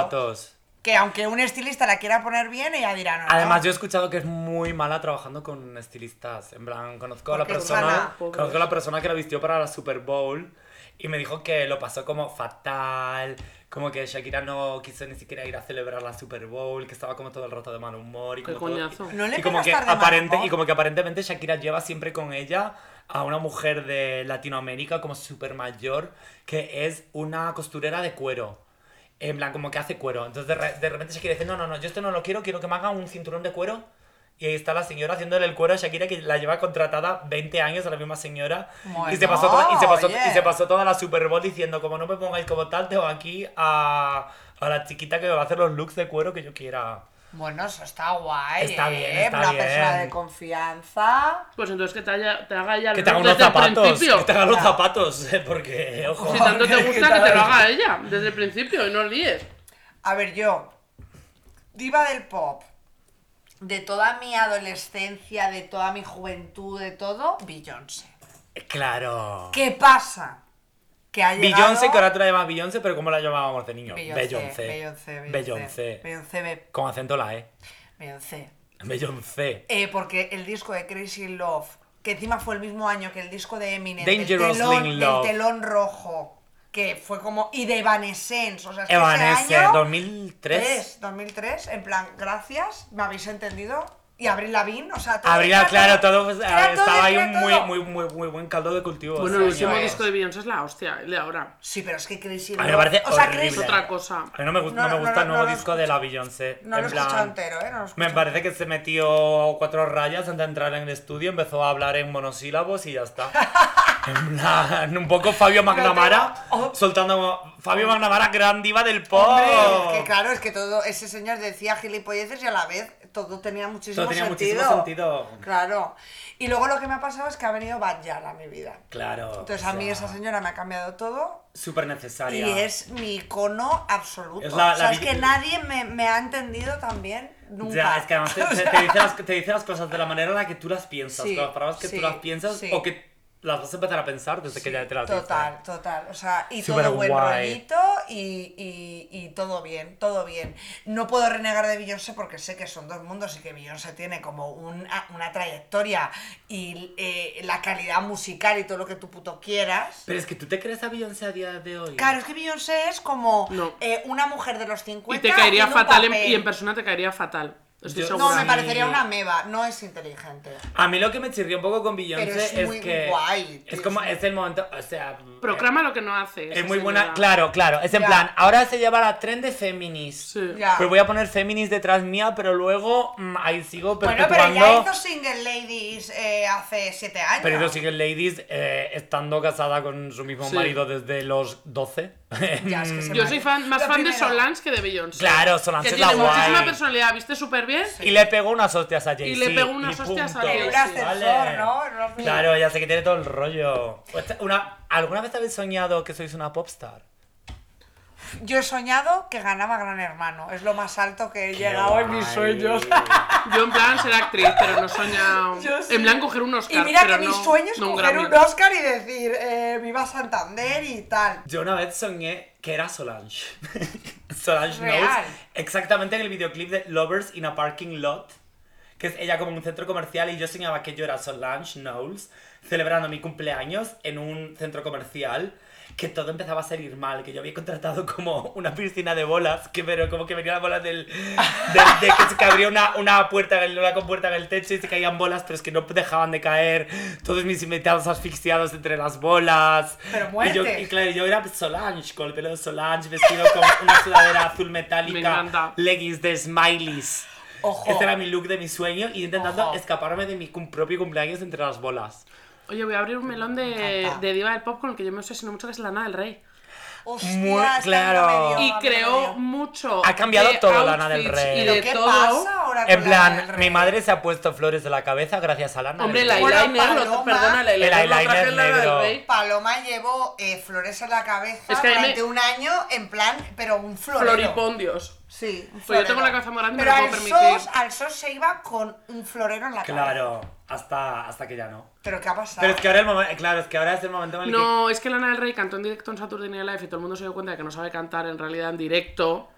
zapatos. Que aunque un estilista la quiera poner bien, ella dirá no. Además, no. yo he escuchado que es muy mala trabajando con estilistas. En plan, conozco a la Porque es persona, mala. conozco a la persona que la vistió para la Super Bowl y me dijo que lo pasó como fatal, como que Shakira no quiso ni siquiera ir a celebrar la Super Bowl, que estaba como todo el rato de mal humor y Qué como todo- coñazo. No le y como pega que estar de mal aparente- humor. y como que aparentemente Shakira lleva siempre con ella a una mujer de Latinoamérica como súper mayor que es una costurera de cuero. En plan, como que hace cuero. Entonces de, re- de repente Shakira dice, no, no, no, yo esto no lo quiero, quiero que me haga un cinturón de cuero. Y ahí está la señora haciéndole el cuero a Shakira que la lleva contratada 20 años a la misma señora. y, se Bueno, pasó toda, y, se pasó, oye. y se pasó toda la Super Bowl diciendo, como no me pongáis como tal, tengo aquí a, a la chiquita que me va a hacer los looks de cuero que yo quiera. Bueno, eso está guay. Está ¿eh? bien, está Una bien. persona de confianza. Pues entonces que te, haya- te haga ya el Que te hagan look los desde el zapatos. principio. Que te hagan los Claro. zapatos, porque, ojo. Si tanto te Joder, gusta, que que te tal. lo haga ella desde el principio y no líes. A ver, yo, diva del pop, de toda mi adolescencia, de toda mi juventud, de todo, Beyoncé. Claro. ¿Qué pasa? Que ha llegado... Beyoncé, que ahora tú la llamas Beyoncé, pero ¿cómo la llamábamos de niño? Beyoncé. Beyoncé. Beyoncé. Beyoncé. Beyoncé. Be- Con acento la E. Beyoncé. Beyoncé. Eh, porque el disco de Crazy Love, que encima fue el mismo año que el disco de Eminem, del Dangerously telón, in del Love. telón rojo, que fue como... Y de Evanescence, o sea, es que ese Evanescence, año... 2003. 3, 2003, en plan, gracias, me habéis entendido. Y Abril Lavín, o sea, todo. Abril, era claro, todo pues, era todo, estaba ahí era un todo. muy, muy, muy, muy buen caldo de cultivo. Bueno, Pues sí, el último señores. disco de Beyoncé es la hostia, el de ahora. Sí, pero es que Crazy A mí me Love- parece O sea, horrible. Es Crazy- otra cosa. A mí no me gusta, No, no me no, gusta el no, nuevo no lo disco de la Beyoncé. No lo he en plan, escuchado entero, ¿eh? No lo he Me escuchado. parece que se metió cuatro rayas antes de entrar en el estudio, empezó a hablar en monosílabos y ya está. En plan, un poco Fabio McNamara, tengo- oh. soltando como, Fabio McNamara, gran diva del pop. Oh. Hombre, que claro, es que todo ese señor decía gilipolleces y a la vez todo tenía muchísimo Todo tenía sentido. muchísimo sentido. Claro. Y luego lo que me ha pasado es que ha venido Bad Gyal a mi vida. Claro. Entonces a mí esa señora me ha cambiado todo Súper y necesaria. es mi icono absoluto. Es la- o sea, la es vi- que nadie me, me ha entendido tan bien nunca. Ya, es que además te, O te- sea, te dice las, te dice las cosas de la manera en la que tú las piensas, Sí, con las palabras que sí, tú las piensas sí. o que las vas a empezar a pensar desde que ya te las diste. Total, total. O sea, y Súper todo buen guay. rollito y, y- y todo bien, todo bien. No puedo renegar de Beyoncé porque sé que son dos mundos y que Beyoncé tiene como una, una trayectoria y eh, la calidad musical y todo lo que tú puto quieras. Pero es que tú te crees a Beyoncé a día de hoy. Claro, es que Beyoncé es como No. eh, una mujer de los 50. Y te caería en un fatal en- papel. y en persona te caería fatal. Estoy Yo- segura. No, me Sí. parecería una meba, no es inteligente. A mí lo que me chirrió un poco con Beyoncé Pero es es, muy que. guay, es tío, como, es muy- es el momento. O sea. Proclama lo que no hace. Es esa muy buena. señora. Claro, claro. Es en Ya. plan, ahora se lleva la trend de feminist. Sí. Ya. Pues voy a poner feminist detrás mía, pero luego mm, ahí sigo Bueno, perpetuando. pero ya hizo Single Ladies eh, hace siete años. Pero hizo Single Ladies eh, estando casada con su mismo Sí. marido desde los 12. Ya, es que se Mm. Yo Vale. soy fan, más Lo fan de primero. Solange que de Beyoncé. Claro, Solange Que es la tiene muchísima guay. personalidad, viste súper bien. Y le pegó unas hostias a Jay-Z. Y le pegó unas hostias a punto. Jay-Z. En un ascensor, ¿no? En un ascensor. Claro, ya sé que tiene todo el rollo. Pues, una- ¿Alguna vez habéis soñado que sois una popstar? Yo he soñado que ganaba Gran Hermano. Es lo más alto que he Qué llegado en mis guay. sueños. Yo en plan ser actriz, pero no soñado. Yo sí. En plan coger un Oscar. y mira que pero mis no, sueños no un coger Grammy. un Oscar y decir, eh, viva Santander y tal. Yo una vez soñé que era Solange. Solange Real. Knowles. Exactamente en el videoclip de Lovers in a Parking Lot. Que es ella como en un centro comercial y yo soñaba que yo era Solange Knowles celebrando mi cumpleaños en un centro comercial. Que todo empezaba a salir mal, que yo había contratado como una piscina de bolas, que pero como que venían las bolas del, del- de que se que abría una, una puerta, en el- una compuerta en el techo y se caían bolas, pero es que no dejaban de caer. Todos mis invitados asfixiados entre las bolas. Pero Y yo- muertes. y Claro, yo era Solange, con el pelo de Solange, vestido con una sudadera azul Me metálica, encanta. leggings de smileys. Ojo. Este era mi look de mi sueño y intentando Ojo. escaparme de mi cum- propio cumpleaños entre las bolas. Oye, voy a abrir un melón de, encanta. de diva del pop con el que yo me obsesiono mucho, que es Lana del Rey. Hostia, Muy- esta no claro. me dio, Y no me creó dio. mucho. Ha cambiado de todo Lana del outfits Rey. Y ¿Pero de qué todo. pasa ahora con En Lana del plan, Rey? mi madre se ha puesto flores de la cabeza gracias a Lana. Hombre, del el Rey. Hola, eyeliner, Paloma. lo, perdona, el El eyeliner, lo traje eyeliner en Lana negro. del Rey. Paloma llevó eh, flores en la cabeza Es que a mí me- durante un año, en plan, pero un florero. Floripondios. Sí, un Pues yo florero. tengo la cabeza muy grande, me Pero lo al puedo permitir. SOS, al SOS se iba con un florero en la cabeza. Claro, hasta, hasta que ya no. Pero ¿qué ha pasado? Pero es que ahora, el momen- claro, es que ahora es el momento en el que No, es que Lana del Rey cantó en directo en Saturday Night Live y todo el mundo se dio cuenta de que no sabe cantar en realidad en directo.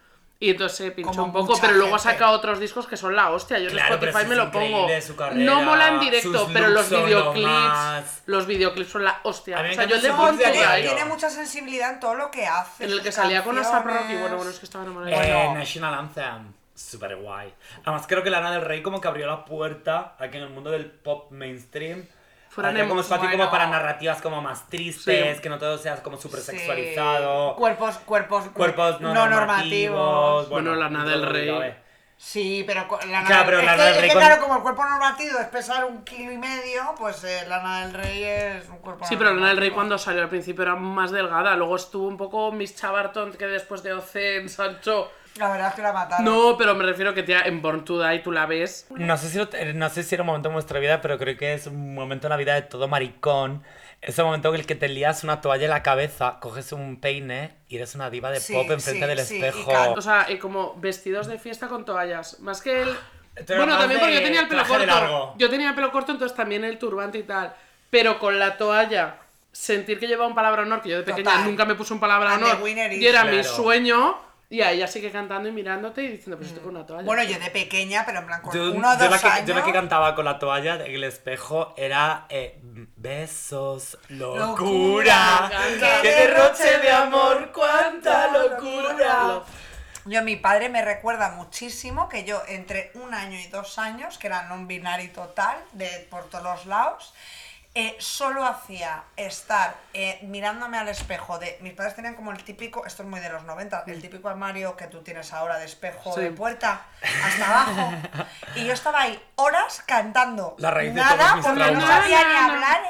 Y entonces se pinchó Como un poco, mucha pero luego ha gente. sacado otros discos que son la hostia. Yo Claro, en pero Spotify eso me es lo pongo. increíble, su carrera, no mola en directo, sus pero looks los son lo videoclips. más. Los videoclips son la hostia. A mí me O sea, yo el de encanta No, su Born to concierto. tiene, Die, Claro. tiene mucha sensibilidad en todo lo que hace. en el que sus salía con ASAP Rocky. canciones. Bueno, bueno, es que estaba enamorada. de él. Eh, Bueno. National Anthem. Súper guay. Además, creo que Lana del Rey como que abrió la puerta a que en el mundo del pop mainstream Fueran haya como emos, espacio como bueno. para narrativas como más tristes, Sí. que no todo sea como súper Sí. sexualizado. Cuerpos, cuerpos, Cuerpos no, normativos. Bueno, Lana del todo lo que Rey. cabe. Sí, pero co- Lana Claro, pero del- Lana es que, del es Rey que con- claro, como el cuerpo normativo es pesar un kilo y medio, pues eh, Lana del Rey es un cuerpo Sí, pero Lana del Rey normativo. cuando salió al principio era más delgada. Luego estuvo un poco Miss Chabarton, que después de OC ensanchó. La verdad es que la mataron. No, pero me refiero que tía, en Born to Die tú la ves. No sé, si lo- eh, no sé si era un momento en vuestra vida, pero creo que es un momento en la vida de todo maricón. Ese momento en el que te lías una toalla en la cabeza, coges un peine y eres una diva de Sí, pop enfrente sí, del sí, y espejo. cantas. O sea, eh, como vestidos de fiesta con toallas. Más que el. Pero bueno, más también porque de yo tenía el pelo traje de corto. largo. Yo tenía el pelo corto, entonces también el turbante y tal. Pero con la toalla, sentir que llevaba un palabra honor, que yo de pequeña Total. nunca me puse un palabra And the honor. winner is- Y era mi Claro. sueño. Y a ella sigue cantando y mirándote y diciendo, pues estoy con una toalla. Bueno, yo de pequeña, pero en blanco. Yo, uno o yo dos la que, años. yo la que cantaba con la toalla en el espejo era eh, besos, locura, Locura, qué derroche de amor, cuánta locura. Locura. Yo, mi padre me recuerda muchísimo que yo entre un año y dos años, que era non-binario total, de por todos los lados, eh, solo hacía estar eh, mirándome al espejo de... Mis padres tenían como el típico, esto es muy de los 90, el típico armario que tú tienes ahora de espejo Sí. de puerta hasta abajo. Y yo estaba ahí horas cantando. La raíz de todos Nada, mis porque no traumas. sabía Na, ni na, na. hablar.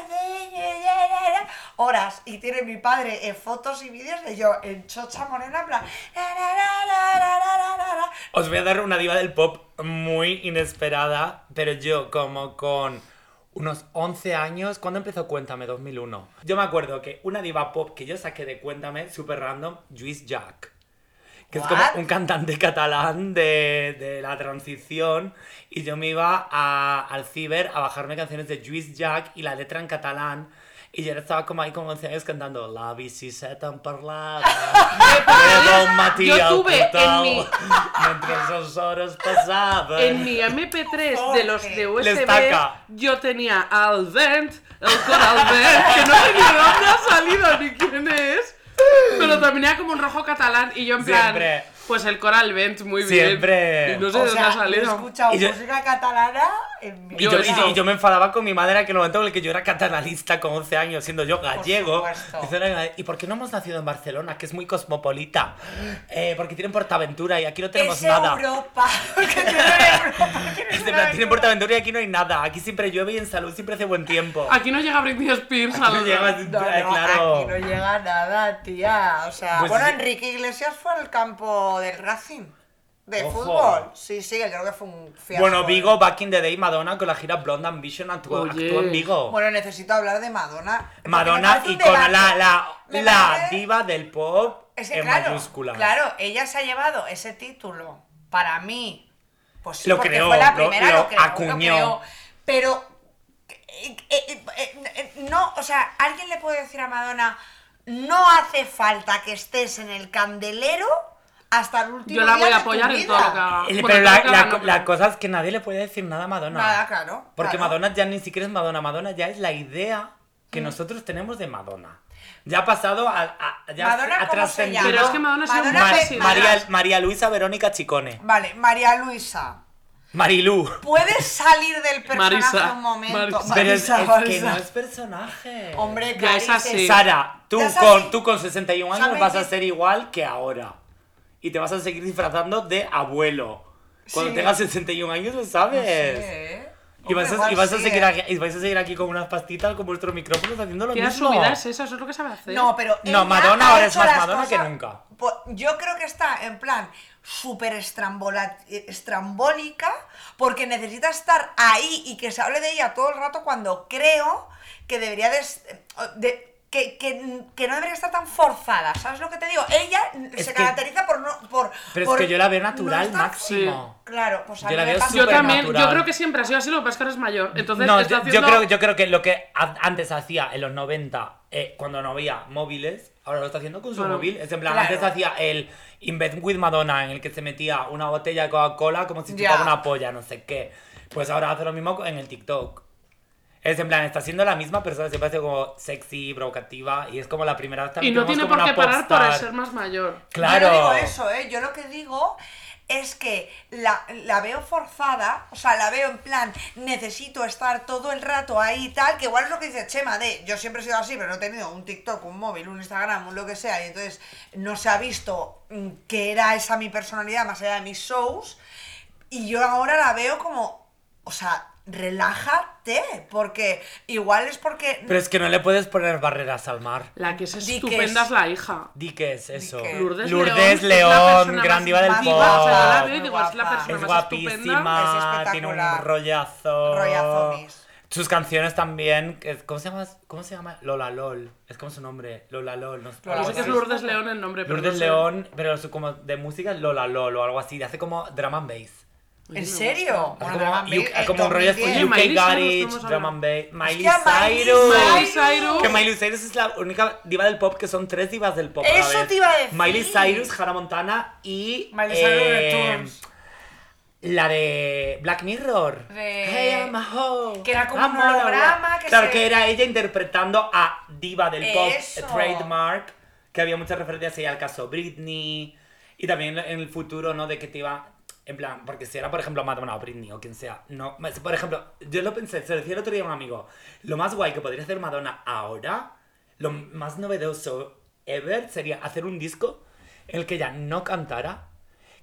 Horas. Y tiene mi padre eh, fotos y vídeos de yo en chocha morena, en plan... "Na, na, na, na, na, na, na, na". Os voy a dar una diva del pop muy inesperada, pero yo como con unos 11 años, ¿cuándo empezó Cuéntame 2001? Yo me acuerdo que una diva pop que yo saqué de Cuéntame, super random, Juice Jack. Que es como What? un cantante catalán de, de la transición. Y yo me iba a- al ciber a bajarme canciones de Juice Jack y la letra en catalán. Y yo estaba como ahí con 11 años cantando La bicicleta en parlada Lleva un matí Ah, Yo al tuve en portal, mi- Mientras las horas pasaban En mi MP3 de los de Les USB, taca. yo tenía al Vent, el Coral Vent, que no sé ni de dónde ha salido ni quién es, pero terminaba como un rojo catalán y yo en plan, Siempre. pues el Coral Vent, muy Siempre. bien. No sé O de dónde ha sea, yo he salido. escuchado Y yo- música catalana en mi Y yo, Yo y yo- eso. y yo me enfadaba con mi madre en aquel momento en el que yo era catalanista con 11 años, siendo yo gallego. supuesto. Dice, "Venga, ¿y por qué no hemos nacido en Barcelona, que es muy cosmopolita? Eh, porque tienen Portaventura y aquí no tenemos Es nada. Europa. Porque tú eres Europa, ¿quieres una Dice, "En plan, tienen aventura? Portaventura y aquí no hay nada. Aquí siempre llueve y en salud siempre hace buen tiempo. Aquí no llega Britney Spears Aquí no al- llegas- No, no, eh, claro. aquí no llega nada, tía. O sea, Pues bueno, sí. Enrique Iglesias fue al campo del Racing de Ojo. fútbol. Sí, sí, que creo que fue un fiasco. Bueno, Vigo, Back in the Day, Madonna con la gira Blonde Ambition actúa, Oye. actúa en Vigo. Bueno, necesito hablar de Madonna. porque me Madonna parece un y con la, debate. la, Me la parece- diva del pop Es que en claro, mayúsculas. Claro, ella se ha llevado ese título para mí. Pues sí, Lo porque creó, fue la lo- primera, lo, lo creó, lo acuñó. creó. pero eh, eh, eh, eh, no, o sea, alguien le puede decir a Madonna, no hace falta que estés en el candelero hasta el último Yo la día voy a de tu apoyar en vida". todo lo que haga. Eh, Bueno, Pero todo la, lo que la- haga no, la pero- cosa es que nadie le puede decir nada a Madonna. Nada, claro, Porque claro. Madonna ya ni siquiera es Madonna. Madonna ya es la idea que nosotros tenemos de Madonna. Ya ha pasado a. a- ya Madonna, ha ¿cómo se trascendido. llama? Pero es que Madonna ha sido Madonna muy Ma- Pe- fácil. María, María Luisa Verónica Chicone. Vale, María Luisa. Marilú. ¿Puedes salir del personaje Marisa, un momento? Marisa. Pero es, es que Marisa. no es personaje. Hombre, Ya es Cari, así. que- Sara, tú Ya sabes- con, tú con 61 años sabes vas a que- ser igual que ahora. Y te vas a seguir disfrazando de abuelo. Cuando Sí. tengas 61 años lo sabes. Y vas, a, Hombre, y vas a igual sí, seguir ¿eh? aquí, y vais a seguir aquí con unas pastitas con vuestros micrófonos haciendo lo Tía, su mismo. vida es eso, eso es lo que sabe hacer. No, pero. No, ella Madonna ha ahora es hecho más las Madonna que nunca. po- Yo creo que está en plan súper estrambola- eh, estrambólica, porque necesita estar ahí y que se hable de ella todo el rato cuando creo que debería de. es- de- que, que- que no debería estar tan forzada, ¿sabes lo que te digo? Ella Es se que- caracteriza por no. Por, Pero por es que yo la veo no natural estar- máximo. Claro, pues a Yo mí la me veo pasa yo súper también, natural. yo creo que siempre ha sido así, lo que pasa es que ahora es mayor. Entonces, No, está yo, yo haciendo... creo, yo creo que lo que a- antes hacía en los 90, eh, cuando no había móviles, ahora lo está haciendo con su Claro. móvil. Es en plan, Claro. antes hacía el In Bed with Madonna, en el que se metía una botella de Coca-Cola como si Ya. chupara una polla, no sé qué. Pues ahora hace lo mismo en el TikTok. Es en plan, está siendo la misma persona, siempre hace como sexy, provocativa, y es como la primera vez Y también no que vemos tiene como por qué una parar para popstar. ser más mayor. Claro. Yo no digo eso, ¿eh? Yo lo que digo es que la, la veo forzada, o sea, la veo en plan, necesito estar todo el rato ahí y tal, que igual es lo que dice Chema de, yo siempre he sido así, pero no he tenido un TikTok, un móvil, un Instagram, un lo que sea, y entonces no se ha visto mm, que era esa mi personalidad más allá de mis shows, y yo ahora la veo como, o sea, relájate, porque igual es porque... Pero es que no le puedes poner barreras al mar. La que es Di que estupenda es- es la hija. Di que es eso. que- Lourdes, León, León, gran diva del más pop. O sea, yo la veo y Muy digo, es la guapa. persona es más estupenda. guapísima, Es tiene un espectacular. rollazo. Rollazonis. Sus canciones también. que es- ¿Cómo se llama? ¿Cómo se llama? Lola Lol. Es como su nombre. Lola Lol. No, sé, Lola Yo algo sé que es así. Lourdes León el nombre, pero Lourdes no sé. León, pero su, como de música es Lola Lol o algo así. Hace como drum and bass. ¿En serio? Hace Bueno, como, Drama you- Baby, el como un rollo 2010. así, Oye, UK Miley Cyrus, Garage, ¿cómo se drum habla? and bass. Miley Hostia, Miley Cyrus. Miley Cyrus. Que Miley Cyrus es la única diva del pop que son tres divas del pop. a la Eso vez. te iba a decir. Miley Cyrus, Hannah Montana y. Miley Cyrus eh, Returns. La de Black Mirror. De- Hey, I'm a hoe. que era como I'm un all holograma alone. que Claro, se- que era ella interpretando a diva del pop, Eso. trademark, que había muchas referencias ahí al caso Britney. Y también en el futuro, ¿no? De que te iba. En plan, porque si era, por ejemplo, Madonna o Britney o quien sea, no. Por ejemplo, yo lo pensé, se lo decía el otro día a un amigo. Lo más guay que podría hacer Madonna ahora, lo más novedoso ever, sería hacer un disco en el que ella no cantara,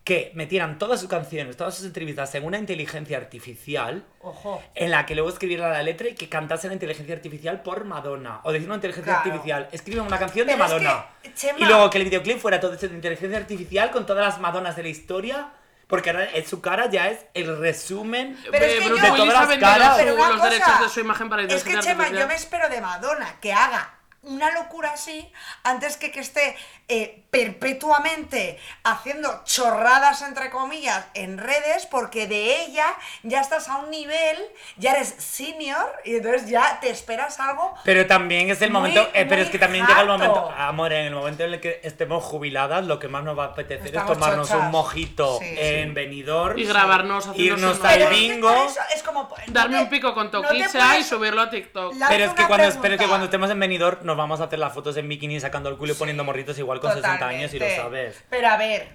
que metieran todas sus canciones, todas sus entrevistas en una inteligencia artificial Ojo. en la que luego escribiera la letra y que cantase la inteligencia artificial por Madonna. O decir una inteligencia Claro. artificial, escribe una canción de Pero es Madonna. que, Chema- Y luego que el videoclip fuera todo hecho de inteligencia artificial con todas las Madonas de la historia, porque ahora en su cara ya es el resumen. Pero es Eh, que Bruce yo- Willis De todas ha las vendido caras. su- Pero una los cosa, derechos de su imagen para Es que inteligencia Chema, yo artificial. me espero de Madonna que haga una locura así antes que que esté eh, perpetuamente haciendo chorradas, entre comillas, en redes, porque de ella ya estás a un nivel, ya eres senior y entonces ya te esperas algo. Pero también es el Muy, momento, eh, pero es muy que también llega el jato. momento, ah, amor, en el momento en el que estemos jubiladas, lo que más nos va a apetecer Estamos es tomarnos chochas. un mojito Sí. en Benidorm Y grabarnos haciendo irnos sus al Pero es bailes. que bingo. por eso es como. no Darme te- un pico con no te toquilla y puedes- subirlo a TikTok. La- Pero es Hazte que una cuando espero pregunta. que cuando estemos en Benidorm nos vamos a hacer las fotos en bikini sacando el culo y poniendo morritos igual con 60 años y lo Totalmente. sabes. Pero a ver,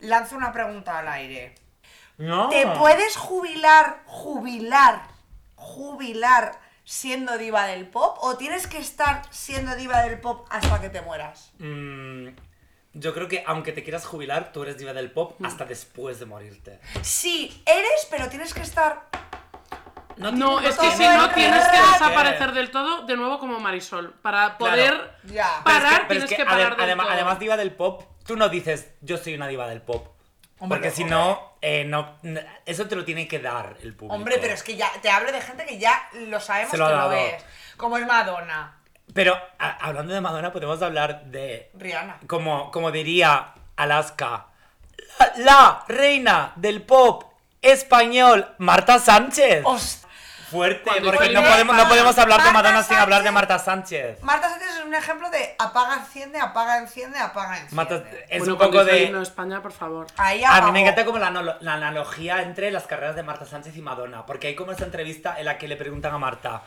lanzo una pregunta al aire. No. ¿Te puedes jubilar, jubilar, jubilar siendo diva del pop? ¿O tienes que estar siendo diva del pop hasta que te mueras? Mm, yo creo que aunque te quieras jubilar, tú eres diva del pop hasta después de morirte. Sí, eres, pero tienes que estar. No, No, tiene- es que todo si el no tienes que rato. desaparecer del todo, de nuevo como Marisol. Para poder Ya. Pero es que- parar, pero es tienes que, que adem- parar del adem- todo. Además, diva del pop, tú no dices, yo soy una diva del pop. Hombre, porque no, si no, eh, no, n- eso te lo tiene que dar el público. Hombre, pero es que ya te hablo de gente que ya lo sabemos Se lo ha que lo dado. es. Como es Madonna, Pero a- hablando de Madonna, podemos hablar de, Rihanna. como, como diría Alaska, la, la reina del pop español, Marta Sánchez. Host- Fuerte, Cuando porque no Julián podemos, no Paz- podemos hablar de Marta Madonna sin Sánchez. hablar de Marta Sánchez. Marta Sánchez es un ejemplo de apaga, enciende, apaga, enciende, apaga, enciende. Marta es Bueno, un poco cuando hizo el de... himno de España, por favor. Ahí A mí apagó. me encanta como la, analo- la analogía entre las carreras de Marta Sánchez y Madonna, porque hay como esta entrevista en la que le preguntan a Marta,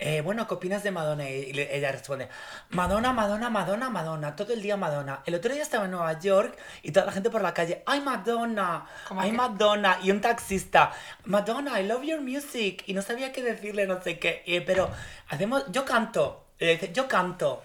eh, bueno, ¿qué opinas de Madonna? Y le- ella responde, Madonna, Madonna, Madonna, Madonna, todo el día Madonna. El otro día estaba en Nueva York y toda la gente por la calle, ¡ay Madonna! ¿Cómo ¡ay que? Madonna! Y un taxista, Madonna, I love your music. Y no sabía qué decirle, no sé qué. Y, pero hacemos, yo canto. Y le dice, yo canto.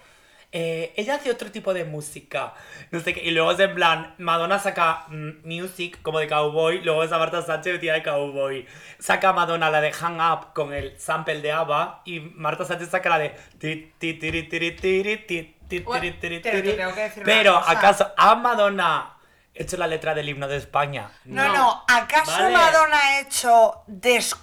Eh, ella hace otro tipo de música. No sé qué. Y luego es en plan, Madonna saca mm, music como de cowboy, luego es a Marta Sánchez vestida de cowboy. Saca Madonna la de Hang Up con el sample de ABBA y Marta Sánchez saca la de... ti, ti, tiri, tiri, tiri, ti, ti, Bueno, tiri, tiri, te- te tiri. tengo que decir una Pero cosa. acaso a Madonna hecho la letra del himno de España. No, No. no, ¿acaso Vale. Madonna ha hecho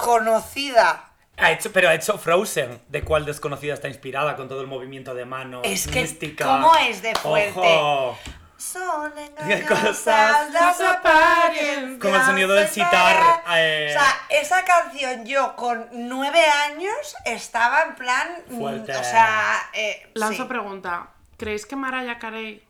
desconocida? Ha hecho, pero ha hecho Frozen, de cual desconocida está inspirada con todo el movimiento de manos. Es que, mística. ¿cómo es de fuerte? Ojo. Son Qué cosas, engañosas las apariencias. Como el sonido del sitar, eh. O sea, esa canción yo con nueve años estaba en plan. mm, Fuerte. O sea, eh, Lanzo sí. pregunta. ¿Creéis que Mariah Carey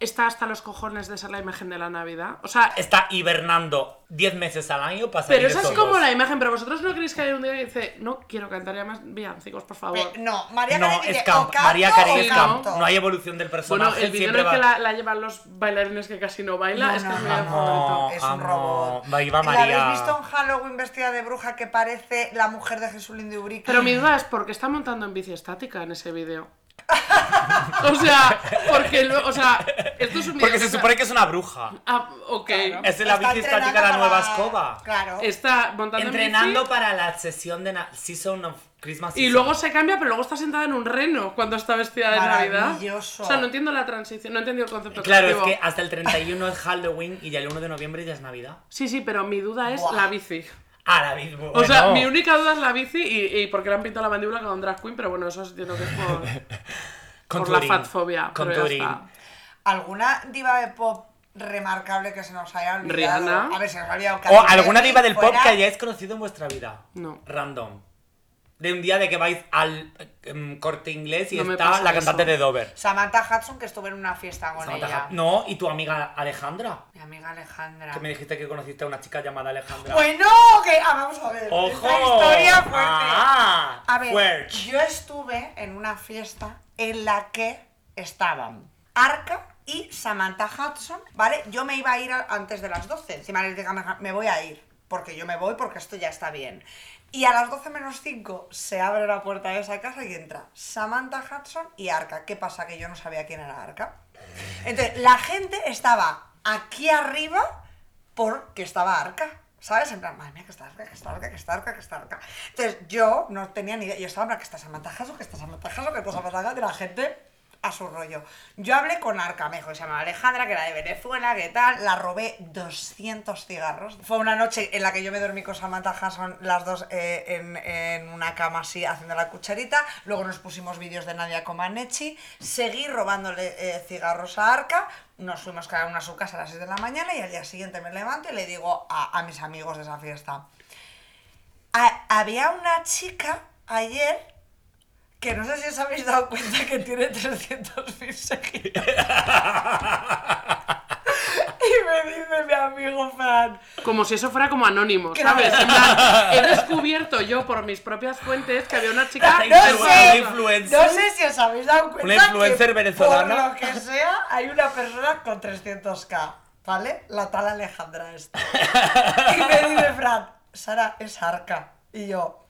está hasta los cojones de ser la imagen de la Navidad? O sea, Está hibernando 10 meses al año para salir pero esa es esos dos. como la imagen. Pero vosotros no creéis que hay un día que dice, no quiero cantar ya más villancicos, por favor. Pe- No, María No, Carey es dice, o camp. canto María Carey o es camp. camp. canto. No hay evolución del personaje. bueno, el video en siempre el que va- la, la llevan los bailarines que casi no baila No, es que no, es mi no, video no. favorito. Es un amo. robot. Va, ahí va ¿La María. habéis visto en Halloween vestida de bruja que parece la mujer de Jesulín de Ubrique? Pero mi duda es por qué está montando en bici estática en ese video. o sea, porque lo- o sea, esto es un video. Porque se o sea- supone que es una bruja. Ah, ok. Es la Está bici estática, entrenando la nueva para- escoba. Claro. Está montando en Entrenando bici. para la sesión de na- Season of Christmas. Y Season. luego se cambia, pero luego está sentada en un reno cuando está vestida de Navidad. O Maravilloso. sea, no entiendo la transición, no entiendo el concepto. Claro, es creativo. que hasta el 31 es Halloween y ya el 1 de noviembre ya es Navidad. Sí, sí, pero mi duda es Buah. la bici. Ah, David, bueno. O sea, mi única duda es la bici y, y porque le han pintado la mandíbula con un drag queen, pero bueno, eso entiendo que es por, por la Contouring. fatfobia. pero ya Contouring. está. ¿Alguna diva de pop remarcable que se nos haya olvidado? Rihanna. A ver, se nos ha olvidado O Katy alguna Perry, diva del pop fuera. que hayáis conocido en vuestra vida. No. Random. De un día de que vais al eh, em, corte inglés y No me está pasa la eso. cantante de Dover. Samantha Hudson, que estuve en una fiesta con Samantha ella. Hub- No, y tu amiga Alejandra. Mi amiga Alejandra. Que me dijiste que conociste a una chica llamada Alejandra. Bueno, que ah, vamos a ver. ¡Ojo! Esta historia fuerte. Ah, a ver, fuerte. yo estuve en una fiesta en la que estaban Arca y Samantha Hudson, ¿vale? Yo me iba a ir a- antes de las 12. Encima les dije, a mi hija, me voy a ir, porque yo me voy, porque esto ya está bien. Y a las 12 menos 5 se abre la puerta de esa casa y entra Samantha Hudson y Arca. ¿Qué pasa? Que yo no sabía quién era Arca. Entonces, la gente estaba aquí arriba porque estaba arca. ¿Sabes? En plan, madre mía, que está arca, que está arca, que está arca, que está arca. Entonces yo no tenía ni idea. Yo estaba en plan, que estás amatajazo, que estás amatajazo, que estás amatajazo, de la gente a su rollo. Yo hablé con Arcamejo, que se llamaba Alejandra, que era de Venezuela, que tal, la robé 200 cigarros. Fue una noche en la que yo me dormí con Samantha Hudson, las dos eh, en, en una cama así, haciendo la cucharita. Luego nos pusimos vídeos de Nadia Comaneci, seguí robándole eh, cigarros a Arca, nos fuimos cada uno a su casa a las 6 de la mañana y al día siguiente me levanto y le digo a, a mis amigos de esa fiesta, "Ha- había una chica ayer que no sé si os habéis dado cuenta que tiene 300.000 seguidores. y me dice mi amigo Fran, Como si eso fuera como anónimo, Claro. ¿sabes? En plan, he descubierto yo por mis propias fuentes que había una chica. Ay, Ah, no Una sé, influencer. no sé si os habéis dado cuenta Una influencer que, venezolana. por lo que sea, hay una persona con 300k, ¿vale? La tal Alejandra esta. Y me dice Fran, Sara, es Arca. Y yo,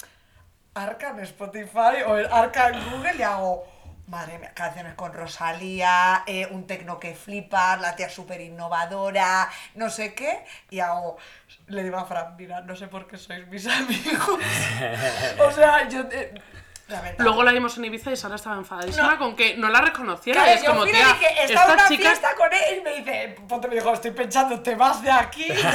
Arca en Spotify o el Arca en Google y hago, madre mía, canciones con Rosalía, eh, un tecno que flipa, la tía súper innovadora, no sé qué. Y hago, le digo a Fran, mira, no sé por qué sois mis amigos. o sea, yo... eh, la verdad. Luego la vimos en Ibiza y Sara estaba enfadadísima No. con que no la reconociera. Claro, y es yo como, fui y tía, dije, estaba en estas una chicas. fiesta con él y me dice, ponte me dijo, estoy pensando, te vas de aquí. Y yo,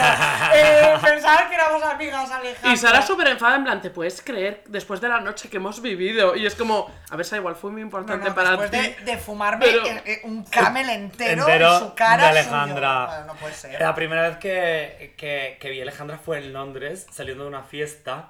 eh, pensaba que éramos amigas, Alejandra. Y Sara súper enfada, en plan, ¿te puedes creer después de la noche que hemos vivido? Y es como, a ver, Sara, igual fue muy No, no, importante para después ti. de, de fumarme Pero- eh, eh, un camel entero, entero en su cara de Alejandra. suyo. Bueno, no puede ser. La primera vez que, que, que vi a Alejandra fue en Londres, saliendo de una fiesta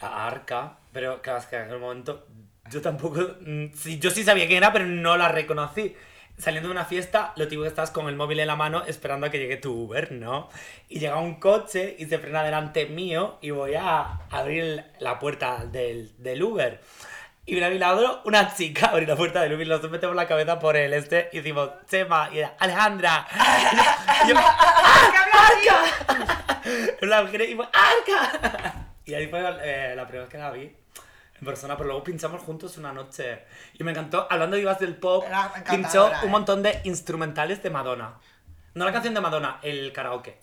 a Arca, pero claro, es que en aquel momento yo tampoco, mm, sí, yo sí sabía quién era, pero no la reconocí. Saliendo de una fiesta, lo típico que estás con el móvil en la mano esperando a que llegue tu Uber, ¿no? Y llega un coche y se frena delante mío y voy a abrir el- la puerta del, del Uber. Y mira a mi lado una chica abrió la puerta del Uber y nosotros metemos la cabeza por el este y decimos, Chema, y era, Alejandra. Y yo, ¡Ah, que habla así! la mujer y fue, ¡Arca! Y ahí fue eh, la primera vez que la vi en persona, pero luego pinchamos juntos una noche. Y me encantó, hablando de divas del pop, Era encantadora, pinchó eh. un montón de instrumentales de Madonna. No la canción de Madonna, el karaoke.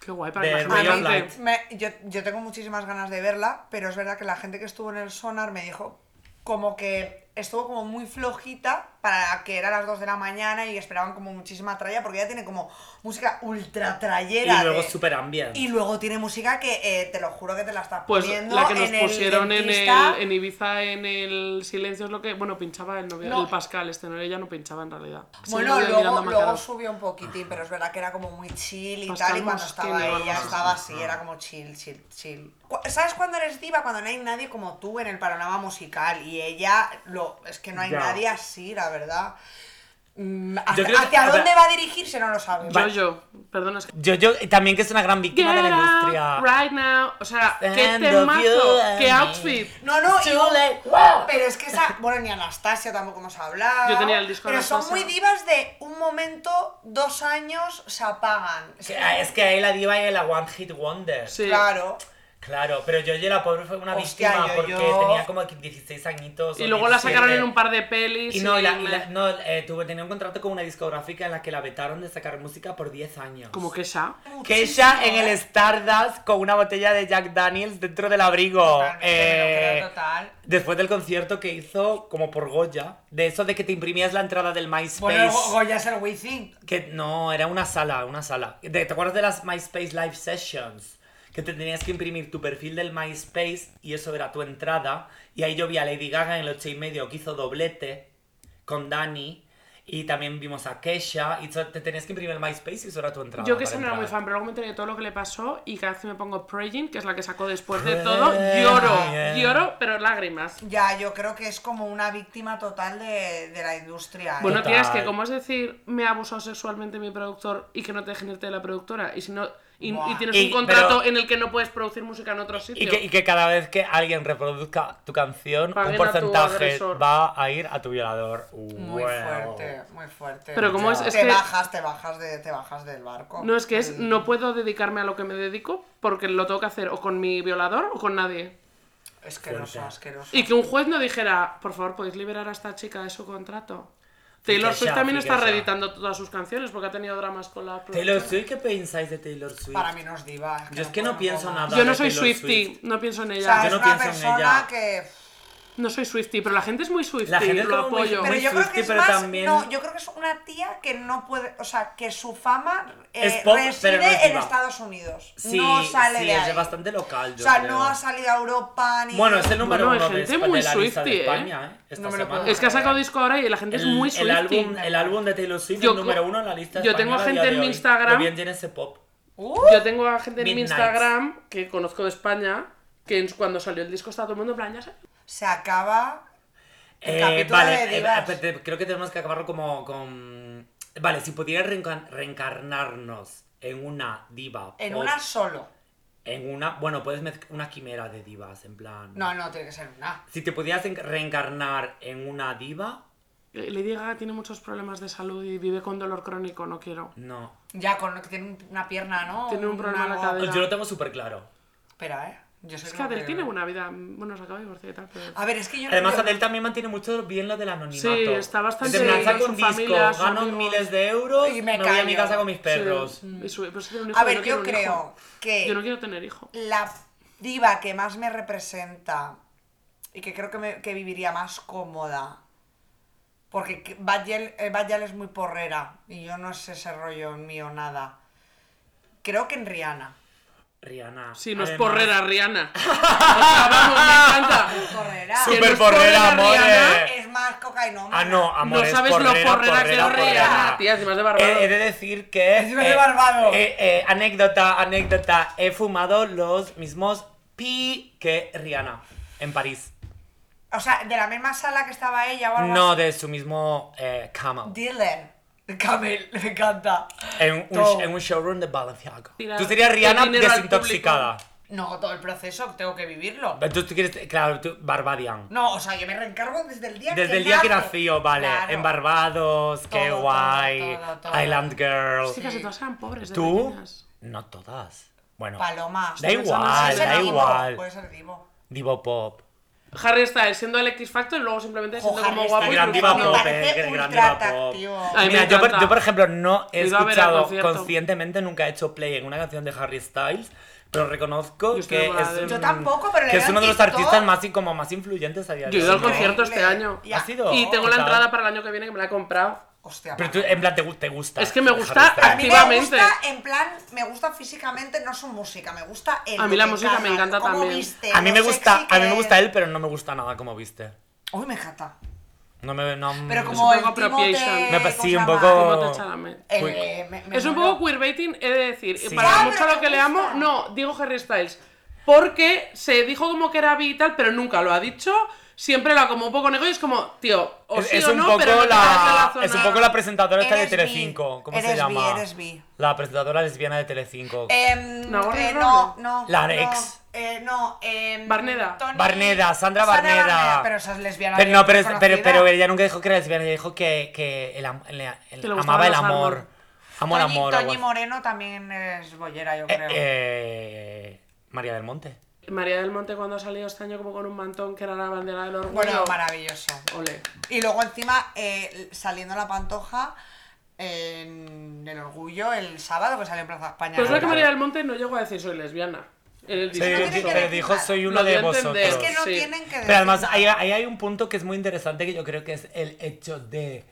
Qué guay para de la Ray gente. of grande. Light. Me- yo, yo tengo muchísimas ganas de verla, pero es verdad que la gente que estuvo en el sonar me dijo como que estuvo como muy flojita para que era las 2 de la mañana y esperaban como muchísima tralla porque ella tiene como música ultra trayera. y luego de- super ambient. y luego tiene música que eh, te lo juro que te la estás Pues poniendo la que nos en el pusieron en, dentista. el, en Ibiza en el silencio es lo que. Bueno, pinchaba el novio, No. el Pascal, este no, ella no pinchaba en realidad. Sí, Bueno, el novio de luego, Miranda luego Macaro. subió un poquitín, pero es verdad que era como muy chill y Pues tal. Y calmos cuando estaba tiene o algo ella, así. estaba así, era como chill, chill, chill. Cu- ¿Sabes cuándo eres diva? Cuando no hay nadie como tú en el panorama musical. Y ella, lo, es que no hay Ya. nadie así, la verdad. Mm, ¿Hacia, creo que- hacia o sea- dónde va a dirigirse? No lo sabemos. Yo, yo, perdona, es que. Yo, yo, y también que es una gran víctima de la Get out industria. right now. O sea, qué Stand up, you temazo, and me. qué outfit. No, no, Too y no- late. Wow. pero es que esa, bueno, ni Anastasia tampoco hemos hablado. Yo tenía el disco de Pero son Anastasia. muy divas de un momento, dos años, se apagan. Que- ah, Es que ahí la diva es la One Hit Wonder. Sí. Claro. Claro, pero yo, la pobre fue una Hostia, víctima yo- porque yo- tenía como 16 añitos. Y o luego la sacaron 17. en un par de pelis. Y no, y la- y la- no, eh, tuve- tenía un contrato con una discográfica en la que la vetaron de sacar música por 10 años. Como que esa. Que ella en el ¿eh? Stardust con una botella de Jack Daniels dentro del abrigo. Totalmente, me lo eh, creo total. Después del concierto que hizo, como por Goya, de eso de que te imprimías la entrada del MySpace. Bueno, Go- Goya es el Wizzing. que no, era una sala, una sala. De- ¿Te acuerdas de las MySpace Live Sessions? Que te tenías que imprimir tu perfil del MySpace y eso era tu entrada. Y ahí yo vi a Lady Gaga en el 8 y medio que hizo doblete con Dani. Y también vimos a Kesha. Y so- te tenías que imprimir el MySpace y eso era tu entrada. Yo que para esa no era muy entrar. fan, pero luego me enteré de todo lo que le pasó y cada vez que me pongo Praying, que es la que sacó después de todo, lloro, Praying. lloro, pero lágrimas. Ya, yo creo que es como una víctima total de, de la industria. ¿eh? Bueno, tía, es que Total. como es decir, me ha abusado sexualmente mi productor y que no te dejen irte de la productora, y si no, y, Buah. y tienes Y- un contrato pero- en el que no puedes producir música en otro sitio. Y que, y que cada vez que alguien reproduzca tu canción, Paguen a un tu porcentaje agresor. va a ir a tu violador. muy Wow. fuerte, muy fuerte. Pero como es- es te que- bajas, te bajas de, te bajas del barco. Mm, No es que Mm. es, no puedo dedicarme a lo que me dedico porque lo tengo que hacer o con mi violador o con nadie. Es asqueroso, Fuerte. asqueroso. Y que un juez no dijera, por favor, podéis liberar a esta chica de su contrato. Taylor Fíjese, Swift también está fíjese. reeditando todas sus canciones porque ha tenido dramas con la Taylor productora. Swift, ¿qué pensáis de Taylor Swift? Para mí no es diva. Yo es que no puedo, pienso puedo. nada. Yo no soy Taylor Swiftie, no pienso en O ella. sea, Yo es no una pienso en persona ella. que. No soy Swifty, pero la gente es muy Swifty. La gente es lo como muy- apoyo. Pero muy yo creo Swiftie, que es pero más, también- no, yo creo que es una tía que no puede, o sea, que su fama eh, Es pop, reside pero no es en diva. Estados Unidos, Sí, no sale sí, de es ahí. bastante local. o yo sea, creo. no ha salido a Europa ni Bueno, es el número Bueno, hay uno de, gente Espa- muy de la lista Swiftie, de ¿eh? España, ¿eh? Esta No me lo semana. puedo Es que ha sacado disco ahora y la gente es El- muy el Swifty. álbum, el álbum de Taylor Swift Yo el número co- uno en la lista yo tengo española a gente día en de mi hoy. Instagram- Lo bien tiene ese pop. Uh, Yo tengo a gente en mi Midnights. Instagram que conozco de España que en- cuando salió el disco estaba todo el mundo en plan, ya sé. se acaba el Eh, capítulo vale, de eh, divas. eh, te- creo que tenemos que acabarlo como con... Vale, si pudieras reenca- reencarnarnos en una diva en pop, una solo. en una... Bueno, puedes mezclar una quimera de divas, en plan... No, no, tiene que ser una. Si te pudieras en- reencarnar en una diva, Eh, Lady Gaga tiene muchos problemas de salud y vive con dolor crónico, no quiero. no. Ya con que tiene un- una pierna, ¿no? Tiene un problema en la Una- cadera. Era- Yo lo tengo súper claro. Espera, eh. Yo soy Es que una Adele mujer. tiene una vida. Bueno, se acaba de divorciar y tal, pero. Ah, A ver, es que yo Además, yo- Adele también mantiene mucho bien lo del anonimato. Sí, está bastante Se bien, lanza con su disco, familia, sus gano amigos. miles de euros Y y me me, voy a callo. mi casa con mis perros. Sí. Y su- pero sí tiene un hijo, A ver, no quiero yo un hijo. creo que Yo no quiero tener hijo. la diva que más me representa y que creo que, me- que viviría más cómoda. Porque que- Bad Gyal eh, Bad Gyal es muy porrera y yo no es ese rollo mío nada. Creo que en Rihanna. Rihanna. Sí, no es además- porrera Rihanna. O sea, vamos, me encanta. Porrera. Que Súper no es porrera, porrera, Rihanna, amore. Es más cocainómana. Ah, no, amor, No es sabes lo porrera que es porrera, Rihanna, tía, encima es de Barbados. Eh, he de decir que... Encima es de Barbados. eh, eh, anécdota, anécdota. He fumado los mismos pi que Rihanna en París. O sea, de la misma sala que estaba ella o algo No de su mismo eh, camel. así. Dylan. Camel, me encanta. En un, Todo. en un showroom de Balenciaga. Tira Tú serías Rihanna el dinero al desintoxicada. No, todo el proceso, tengo que vivirlo. Tú, tú quieres, claro, tú, Barbadian. No, o sea, yo me reencargo desde el día que Desde el día que nace. nació, vale. Claro. En Barbados, qué todo, guay. todo, todo. Island Girl. Sí, casi todas eran pobres. De ¿Tú? pequeñas. No todas. Bueno, Paloma. pues. da Puede igual, ser da divo, igual. Puede ser divo. Divo Pop. Harry Styles siendo el X Factor y luego simplemente siendo Ojalá como esté guapo y gran diva triunfando. Me pop, parece eh, gran ultra diva pop. atractivo. Ay, me Mira, yo por, encanta. yo, por ejemplo no he He ido a ver al escuchado concierto. conscientemente, nunca he hecho play en una canción de Harry Styles, pero reconozco Yo estoy que enamorada es, de él. un- Yo tampoco, pero le Mm, que veo es en uno de los TikTok. artistas más, y como más influyentes a día de Yo he ido al hoy. concierto este Increíble. año. Ya. ¿Has ido? Y tengo la ¿Qué tal? entrada para el año que viene que me la he comprado. Hostia, Pero tú, en plan, te, gu- te gusta. Es que me Harry gusta Styles. a mí me activamente. gusta, en plan, me gusta físicamente, no su música, me gusta el A mí la música me encanta cómo también. viste, A mí lo me gusta, sexy que a mí me es. gusta él, pero no me gusta nada como viste. Uy, me encanta. No me no Pero me- como un el poco appropriation. Timote, Me parece- sí, ¿cómo un se llama? poco- Timothée Chalamet. El- Uy. eh, me- me Es un muero. poco queerbaiting, he de decir. Sí. Y para Ah, mucho pero lo me que le amo, gusta. no, digo Harry Styles. Porque se dijo como que era bi y tal, pero nunca lo ha dicho. Siempre la como un poco negó y es como, tío, o es, sí es o un no, poco pero no te la, vas de la es un zona. poco la presentadora esta de Eres bi, Telecinco, ¿cómo se eres bi, llama? eres bi. La presentadora lesbiana de Telecinco. Em, Nagorno eh, no, Robles. no. La no, ex. eh, no, em, Barneda. Toni- Barneda, Sandra Barneda. Pero esa es lesbiana. pero no, pero, es- pero, conocida. pero ella nunca dijo que era lesbiana, ella dijo que, que el am- le- el- Que le gustaban amaba el los amor. árboles. Amor, Toñi- amor. Toñi algo así. Moreno también es bollera, yo Eh, creo. eh, María del Monte. María del Monte cuando ha salido este año como con un mantón que era la bandera del orgullo. bueno, maravilloso. Ole. Y luego encima, eh, saliendo la pantoja en el orgullo el sábado que salió en Plaza España. Pero Pues es verdad que claro. María del Monte no llegó a decir soy lesbiana. En el Sí, discurso. tiene dijo, que pero decir dijo, nada. soy Lo uno dio de a entender. vosotros. es que no sí. tienen que decir Pero además nada. ahí, ahí hay un punto que es muy interesante que yo creo que es el hecho de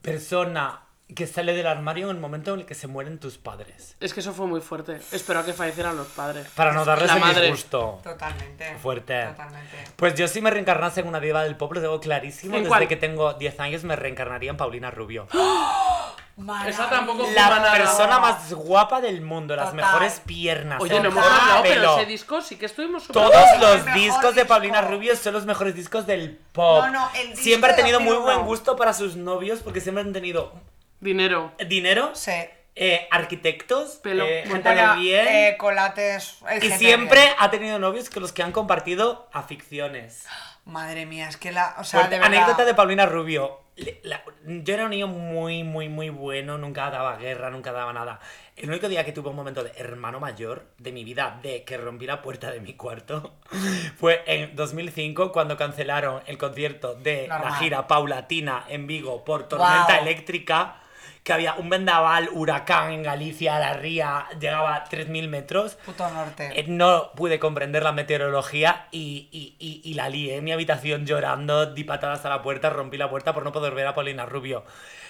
persona que sale del armario en el momento en el que se mueren tus padres. Es que eso fue muy fuerte. Espero a que fallecieran los padres. Para no darles La el madre. disgusto. Totalmente. Fuerte. Totalmente. Pues yo si me reencarnase en una diva del pop lo tengo clarísimo. ¿En Desde cuál? que tengo 10 años me reencarnaría en Paulina Rubio. Eso tampoco Maravilla. fuma La nada. persona más guapa del mundo, las Total. mejores piernas. Oye, el no hemos hablado, pero pelo. ese disco sí que estuvimos súper- Todos el los mejor discos de Paulina disco. Rubio son los mejores discos del pop. No, no, el disco siempre ha de tenido muy 2001. buen gusto para sus novios porque siempre han tenido Dinero. dinero, Sí. eh, arquitectos, Pelo. eh, gente Bueno, de bien. eh, colates. hay y gente siempre bien. ha tenido novios que los que han compartido aficiones. Madre mía, es que la. O sea, Fuerte. de verdad. Anécdota de Paulina Rubio. Le- la- yo era un niño muy, muy, muy bueno, nunca daba guerra, nunca daba nada. El único día que tuve un momento de hermano mayor de mi vida, de que rompí la puerta de mi cuarto, fue en 2005 cuando cancelaron el concierto de la Normal. gira Paulatina en Vigo por tormenta Wow. eléctrica. que había un vendaval, huracán en Galicia, la ría llegaba a 3.000 metros. Puto norte. Eh, No pude comprender la meteorología y, y- y- y la lié en mi habitación llorando, di patadas a la puerta, rompí la puerta por no poder ver a Paulina Rubio.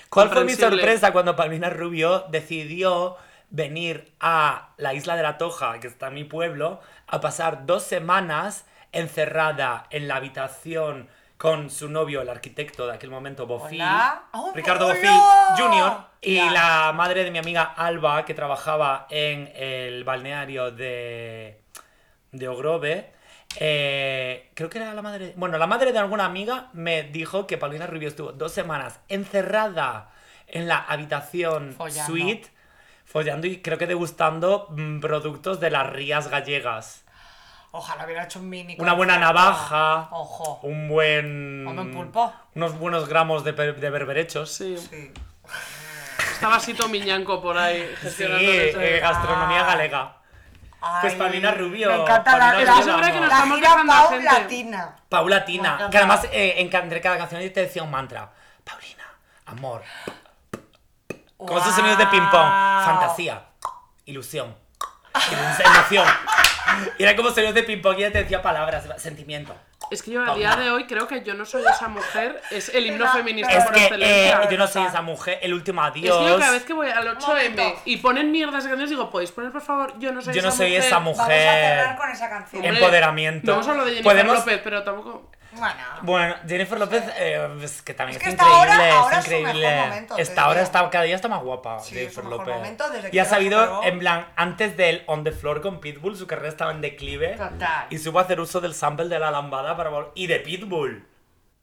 ¿Cuál fue mi Comprensible. sorpresa cuando Paulina Rubio decidió venir a la isla de la Toja, que está en mi pueblo, a pasar dos semanas encerrada en la habitación con su novio, el arquitecto de aquel momento, Bofi, Hola. ¡Oh, Ricardo hola! Bofi Jr., y Ya. la la madre de mi amiga Alba, que trabajaba en el balneario de, de Ogrove, eh, creo que era la madre... Bueno, la madre de alguna amiga me dijo que Paulina Rubio estuvo dos semanas encerrada en la habitación Follando. suite, follando y creo que degustando mm, productos de las rías gallegas. Ojalá hubiera hecho un mini. Una buena concierto. navaja, Ojo. un buen... Un buen pulpo. Unos buenos gramos de, per- de berberechos. Sí. Sí. Estaba Sito Miñanco por ahí Sí, gestionando eso. eh, gastronomía Ah. galega. Pues Ay, Paulina Rubio. Me encanta la, Paulina Estoy la, segura Rubio, vamos. que nos la estamos gira dejando a Pau gente. Latina. Paula Me Tina, encanta. que además eh, en ca- entre cada canción te decía un mantra. Paulina, amor. Con esos sonidos de ping-pong. Guau. Fantasía. Ilusión. Emoción. Y era como sonidos de ping-pong y ella te decía palabras, sentimiento. Es que yo a día de hoy creo que yo no soy esa mujer. Es el himno Pero- feminista pero- Es por que eh, excelencia. yo no soy esa mujer, el último Es que yo adiós. cada vez que voy al 8M momento. y ponen mierdas de canciones digo, ¿podéis poner por favor? Yo no soy Yo no esa soy mujer. esa Vamos a cerrar mujer. con esa canción. Em- Hombre, Empoderamiento. No vamos a hablar de Jennifer Podemos- López, pero tampoco... Bueno. Bueno, Jennifer López, eh, es que también Es es, que esta increíble, hora- es ahora es su increíble. mejor momento, te Esta hora diría. está, cada día está más guapa, Sí, es su Jennifer mejor López. momento desde que y ha ganó el Super sabido, Bowl. en plan, antes del On the Floor con Pitbull, su carrera estaba en declive. Total. Y supo hacer uso del sample de la lambada para vol- y de Pitbull.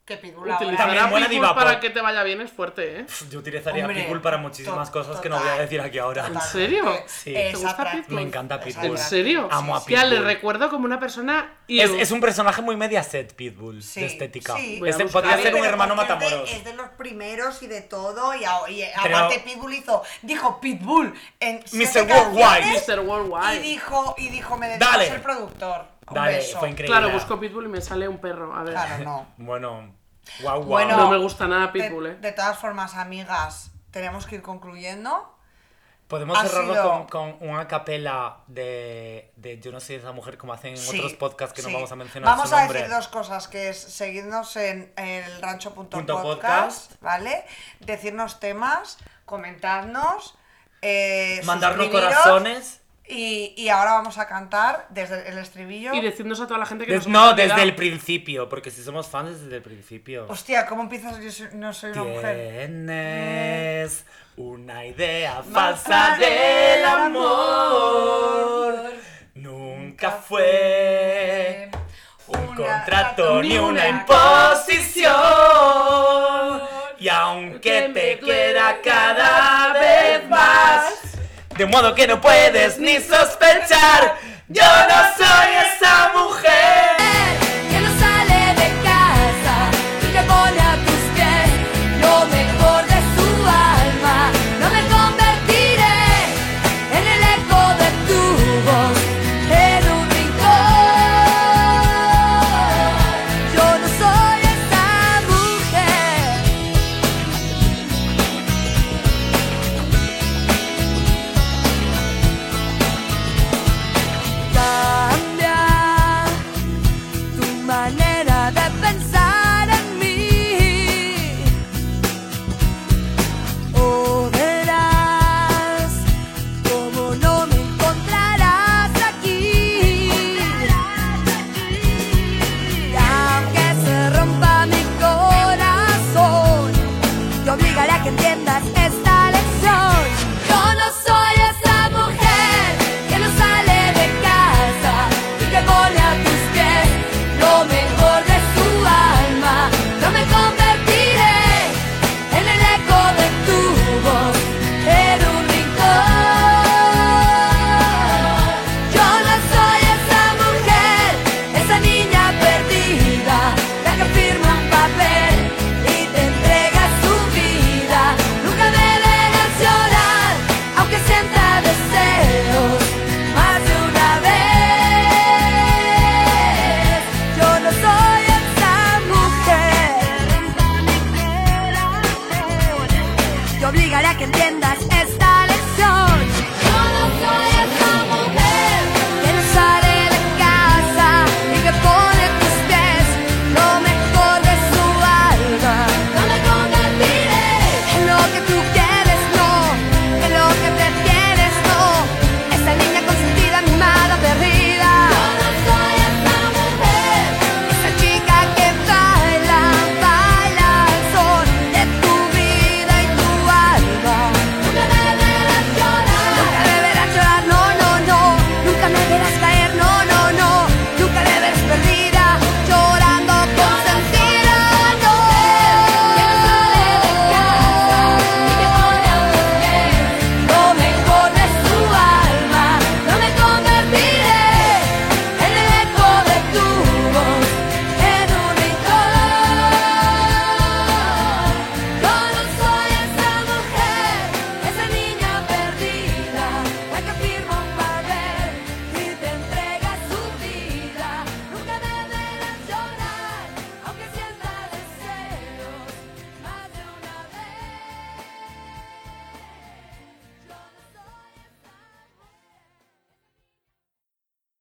Que pidula. Utilizar También a buena Pitbull diva para pop. que te vaya bien es fuerte, ¿eh? Yo utilizaría Hombre, Pitbull para muchísimas to- cosas que no voy a total. decir aquí ahora. Total. serio? Sí. ¿Te Es gusta atrac- Pitbull? Me encanta es Pitbull. ¿En atractivo. serio? Amo a Sí, Ya le Pitbull. recuerdo como una persona... Es, ew. es un personaje muy media set, Pitbull, Sí, de estética. sí. Voy a Ese buscar. A podría ser ver, un pero hermano aparte Matamoros. Es de los primeros y de todo. Y, a- y, eh, Pero- aparte Pitbull hizo. Dijo Pitbull en. siete Mr. Worldwide. canciones Mr. Y Worldwide. dijo, y dijo, me dedico Dale. a ser productor. Un Dale, beso. fue increíble. Claro, busco Pitbull y me sale un perro. A ver. Claro, no. Bueno, guau, guau. Bueno, No me gusta nada De- Pitbull, ¿eh? De, todas formas, amigas, tenemos que ir concluyendo. Podemos Ha cerrarlo sido- con, con una capela de, de Yo no soy esa mujer como hacen en Sí, otros podcasts que sí. no vamos a mencionar Vamos su a nombre. decir dos cosas, que es seguirnos en el Punto rancho.podcast, podcast. ¿vale? Decirnos temas, comentarnos, eh, Mandarnos suscribiros. corazones. Y, y ahora vamos a cantar desde el estribillo. Y decidnos a toda la gente que Des- nos no, hemos desde olvidado. el principio, porque si somos fans desde el principio. Hostia, ¿cómo empiezas? Yo soy- no soy una mujer. Mm. Tienes una idea falsa del amor. Nunca fue un Una- contrato ni una una- imposición. Y aunque te quiera cada vez más, de modo que no puedes ni sospechar, yo no soy esa mujer. que no sale de casa y le pone a tus pies lo mejor de su alma. No me convertiré en el eco de tu voz en un rincón. Yo no soy esa mujer. Cambia tu manera de pensar.